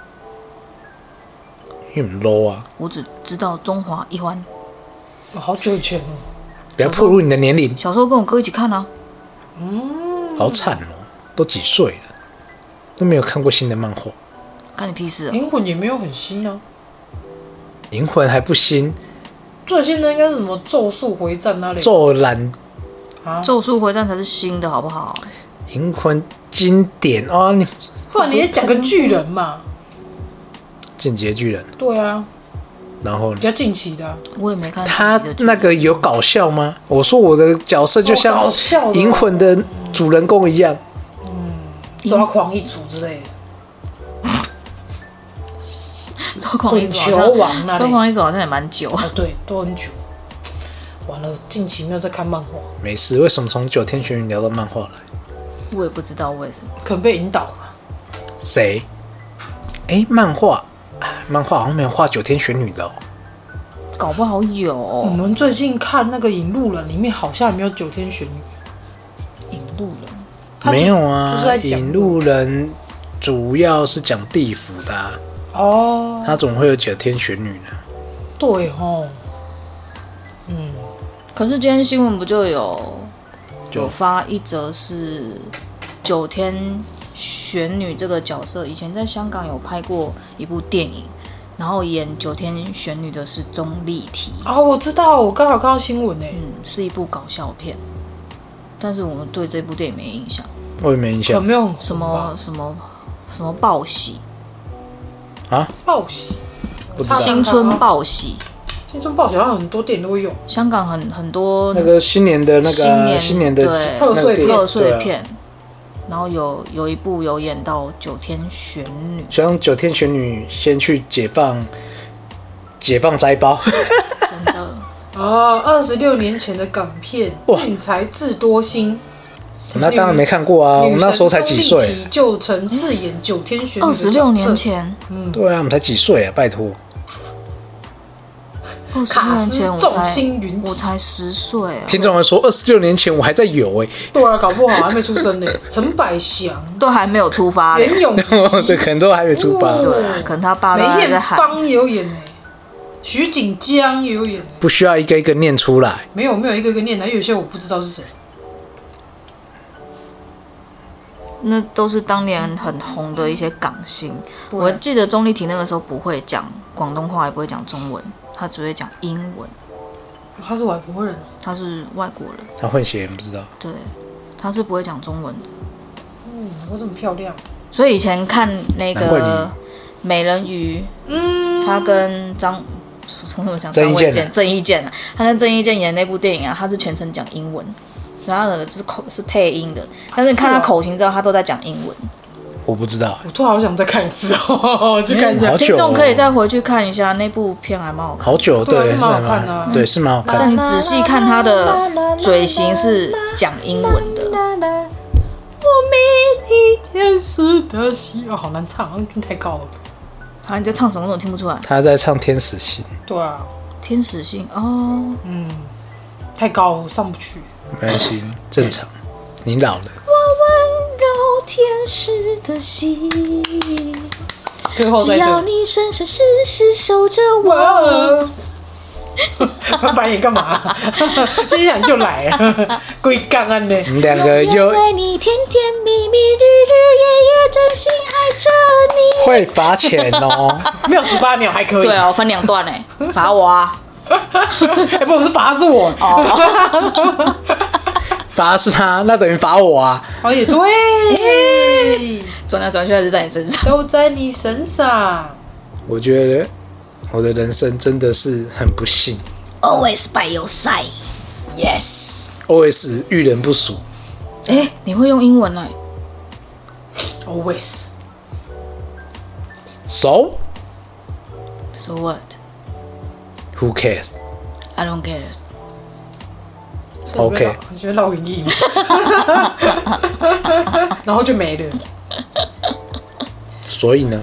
S2: 因为很 low 啊！
S4: 我只知道中华一番。
S3: 我哦好久以前了，
S2: 不要暴露你的年龄，
S4: 小时候跟我哥一起看啊，
S2: 好惨哦！都几岁了，都没有看过新的漫画，《
S4: 干你屁事啊！
S3: 灵魂也没有很新啊。
S2: 银魂》还不新，
S3: 最新的应该是什么《咒术回战》那里？
S2: 咒兰
S3: 啊，
S4: 咒术回战才是新的，好不好？
S2: 《银魂》经典哦，你《
S3: 不然你也讲个巨人嘛？
S2: 进击的巨人》，
S3: 对啊，
S2: 然后
S3: 比
S2: 呢
S3: 较近期的啊、
S4: 我也没看。
S2: 他那个有搞笑吗？我说我的角色就像
S3: 哦搞笑
S2: 《
S3: 的
S2: 银魂》的主人公一样，
S3: 嗯抓狂一族之类的，
S4: [laughs] 抓狂一
S3: 滚
S4: 族
S3: 球
S4: 好像
S3: 王那
S4: 抓
S3: 里。
S4: 狂一族好像也蛮久啊。
S3: 哦，对，都很久。完了，近期没有在看漫画，
S2: 没事。为什么从九天玄女聊到漫画来？
S4: 我也不知道为什么。
S3: 可能被引导了。
S2: 谁？哎，漫画，啊漫画好像没有画九天玄女的、哦，
S4: 搞不好有
S3: 我们最近看那个《引路人》，里面好像也没有九天玄女，
S4: 引路人，
S3: 他就
S2: 没有啊。
S3: 就是在讲
S2: 引路人主要是讲地府的、啊，
S3: 哦，
S2: 他怎么会有九天玄女呢？
S3: 对哦，嗯，
S4: 可是今天新闻不就有
S2: 就
S4: 有发一则是九天玄女这个角色，以前在香港有拍过一部电影，然后演九天玄女的是钟丽缇，
S3: 啊，我知道，我刚好看到新闻呢、欸
S4: 嗯，是一部搞笑片，但是我们对这部电影没印象，
S2: 我也没印
S3: 有
S2: 象
S3: 没有很红
S4: 什
S3: 吧
S4: 么什么什么报喜，
S2: 啊，
S3: 报喜？
S2: 不知
S3: 差不多
S2: 道。
S4: 新春报喜，
S3: 青春报喜好像很多电影都会有，
S4: 香港很很多
S2: 那个新年的那个啊、
S4: 新
S2: 新年
S4: 年
S2: 的
S4: 对
S2: 那个
S3: 贺岁片
S2: 电影
S4: 贺岁，
S2: 对啊
S4: 片，然后有有一部有演到九天玄女，
S2: 像九天玄女先去解放解放斋
S3: [laughs]
S2: 包，
S4: 真的
S3: 哦，二十六年前的港片
S2: 哇
S3: 《运才智多星
S2: 那当然没看过啊，》，我
S3: 女
S2: 那
S3: 神
S2: 时候才几
S3: 钟丽
S2: 岁，
S3: 缇就曾饰演九天玄女
S4: 二
S3: 的
S4: 十
S3: 角色
S4: 六年，前，
S2: 对啊，我们才几岁啊，拜托，
S4: 二十六
S3: 卡
S4: 年
S3: 斯
S4: 前我
S3: 众
S4: 才
S3: 星云
S4: 我
S3: 集。
S4: 才十岁啊，
S2: 听众们说二十六年前我还在有
S3: [laughs]
S2: 哎、
S3: 对啊，搞不好还没出生 [laughs] 呢。陈百祥、
S4: 都还没有出发嘞。
S3: 袁 [laughs] 咏仪，
S2: 对，可能都还没出发，
S3: 哦
S4: 对啊，可能他爸
S3: 梅
S4: 爸还
S3: 艳
S4: 在喊，
S3: 芳也有演呢，徐锦江也有演欸。
S2: 不需要一个一个念出来。
S3: 没有没有一个一个念的，因为有些我不知道是谁。
S4: 那都是当年很红的一些港星。
S3: 对
S4: 我记得钟丽缇那个时候不会讲广东话，也不会讲中文，她只会讲英文。
S3: 他是外国人，
S4: 她是外国人，
S2: 他混血也不知道，
S4: 对，她是不会讲中文的。
S3: 嗯，难怪这么漂亮。
S4: 所以以前看那
S2: 难怪
S4: 个美人鱼，
S3: 嗯，
S4: 他跟张。从什么讲？
S2: 郑伊
S4: 张卫
S2: 健
S4: 健、郑伊健啊，他跟郑伊健演的那部电影啊，他是全程讲英文，所以他的就是口是配音的，但是看他
S3: 是哦
S4: 口型知道他都在讲英文。
S2: 我不知道，
S3: 我突然好想再看一 [laughs] 次哦，去看一下
S2: 好。久哦
S4: 听众可以再回去看一下那部片，还蛮好看的。
S2: 好久，
S3: 对啊
S2: 对，
S3: 是蛮好看的啊
S2: 对，是蛮好看
S4: 但
S2: 的。
S4: 你仔细看他的嘴型是讲英文的，
S3: 我每一天是的希望，哦好难唱，好像太高了。
S4: 啊，你在唱什么我都听不出来。
S2: 他在唱《天使心
S3: 对啊，
S4: 天使心哦，
S3: 嗯，太高了，我上不去。》，
S2: 没关系，正常。你老了，
S6: 柔天使的心，
S3: 最后
S6: 只
S3: 在
S6: 要
S3: 这，
S6: 你深深时时守着我。
S3: [laughs] 哇，他白眼干嘛？ [laughs] 今天想又来 [laughs] 了，鬼干啊呢？
S2: 你们两个
S6: 因
S2: 又
S6: 为你甜甜蜜蜜，日日夜夜真心爱着你。
S2: 会罚钱哦。
S3: 没有十八秒还可以。
S4: 对啊，我分两段哎，罚我啊！
S3: 哎，不，是罚是我。
S2: [laughs] 罚是他，那等于罚我啊。
S3: 哦，也对，
S4: 转来转去还是在你身上。
S3: 都在你身上。
S2: 我觉得我的人生真的是很不幸
S6: Always by your side。
S3: Yes，
S2: ，always 遇人不淑。
S4: 哎，你会用英文哎？
S3: always
S2: 熟
S4: So what?
S2: Who cares？
S4: I don't care.
S3: 所以我
S2: OK
S3: 觉得我觉得烙影印， [laughs] 然后就没了。
S2: 所以呢，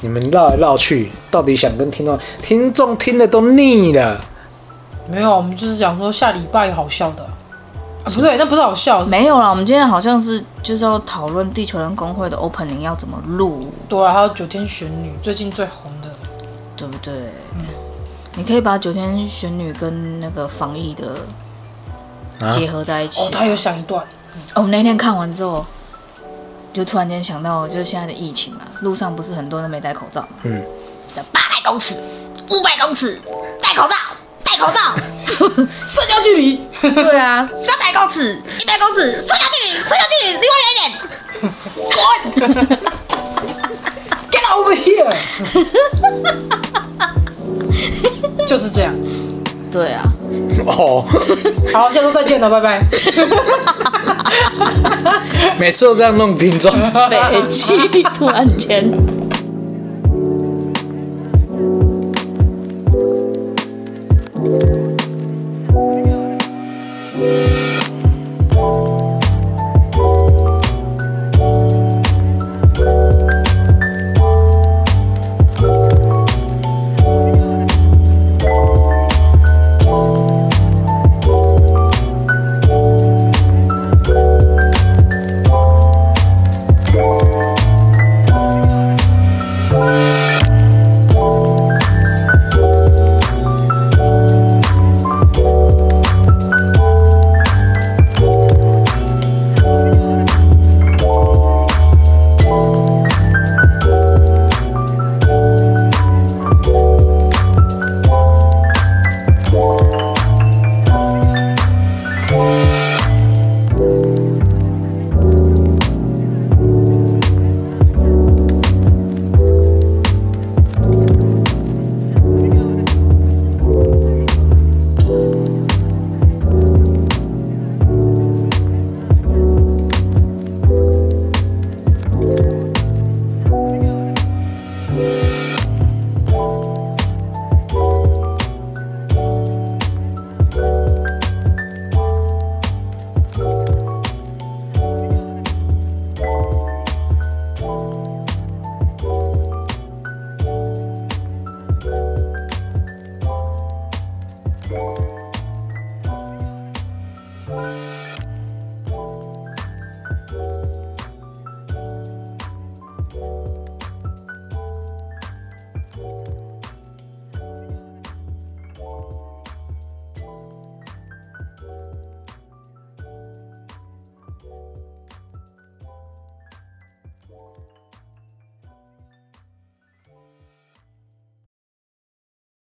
S2: 你们绕来绕去，到底想跟听众听众听的都腻了。
S3: 没有，我们就是讲说下礼拜有好笑的啊，啊不对，那不是好笑，是
S4: 没有啦，我们今天好像是就是要讨论地球人工会的 opening 要怎么录，
S3: 对啊，还有九天玄女最近最红的，
S4: 对不对？
S6: 嗯
S4: 你可以把九天玄女跟那个防疫的
S2: 啊
S4: 结合在一起。
S3: 哦，他有想一段，
S4: 哦，我那天看完之后，就突然间想到，就是现在的疫情啊，路上不是很多人都没戴口罩嘛，
S2: 嗯，
S4: 八百公尺、五百公尺，戴口罩，戴口罩，
S3: [laughs] 社交距离，[laughs]
S4: 对啊，
S6: 三百公尺，一百公尺，社交距离，社交距离，离我远一点。
S3: Get over here！就是这样。
S4: 对啊，
S2: 哦，
S3: 好，下周再见了，拜拜。
S2: 每次都这样弄听众。
S4: 北极突然间。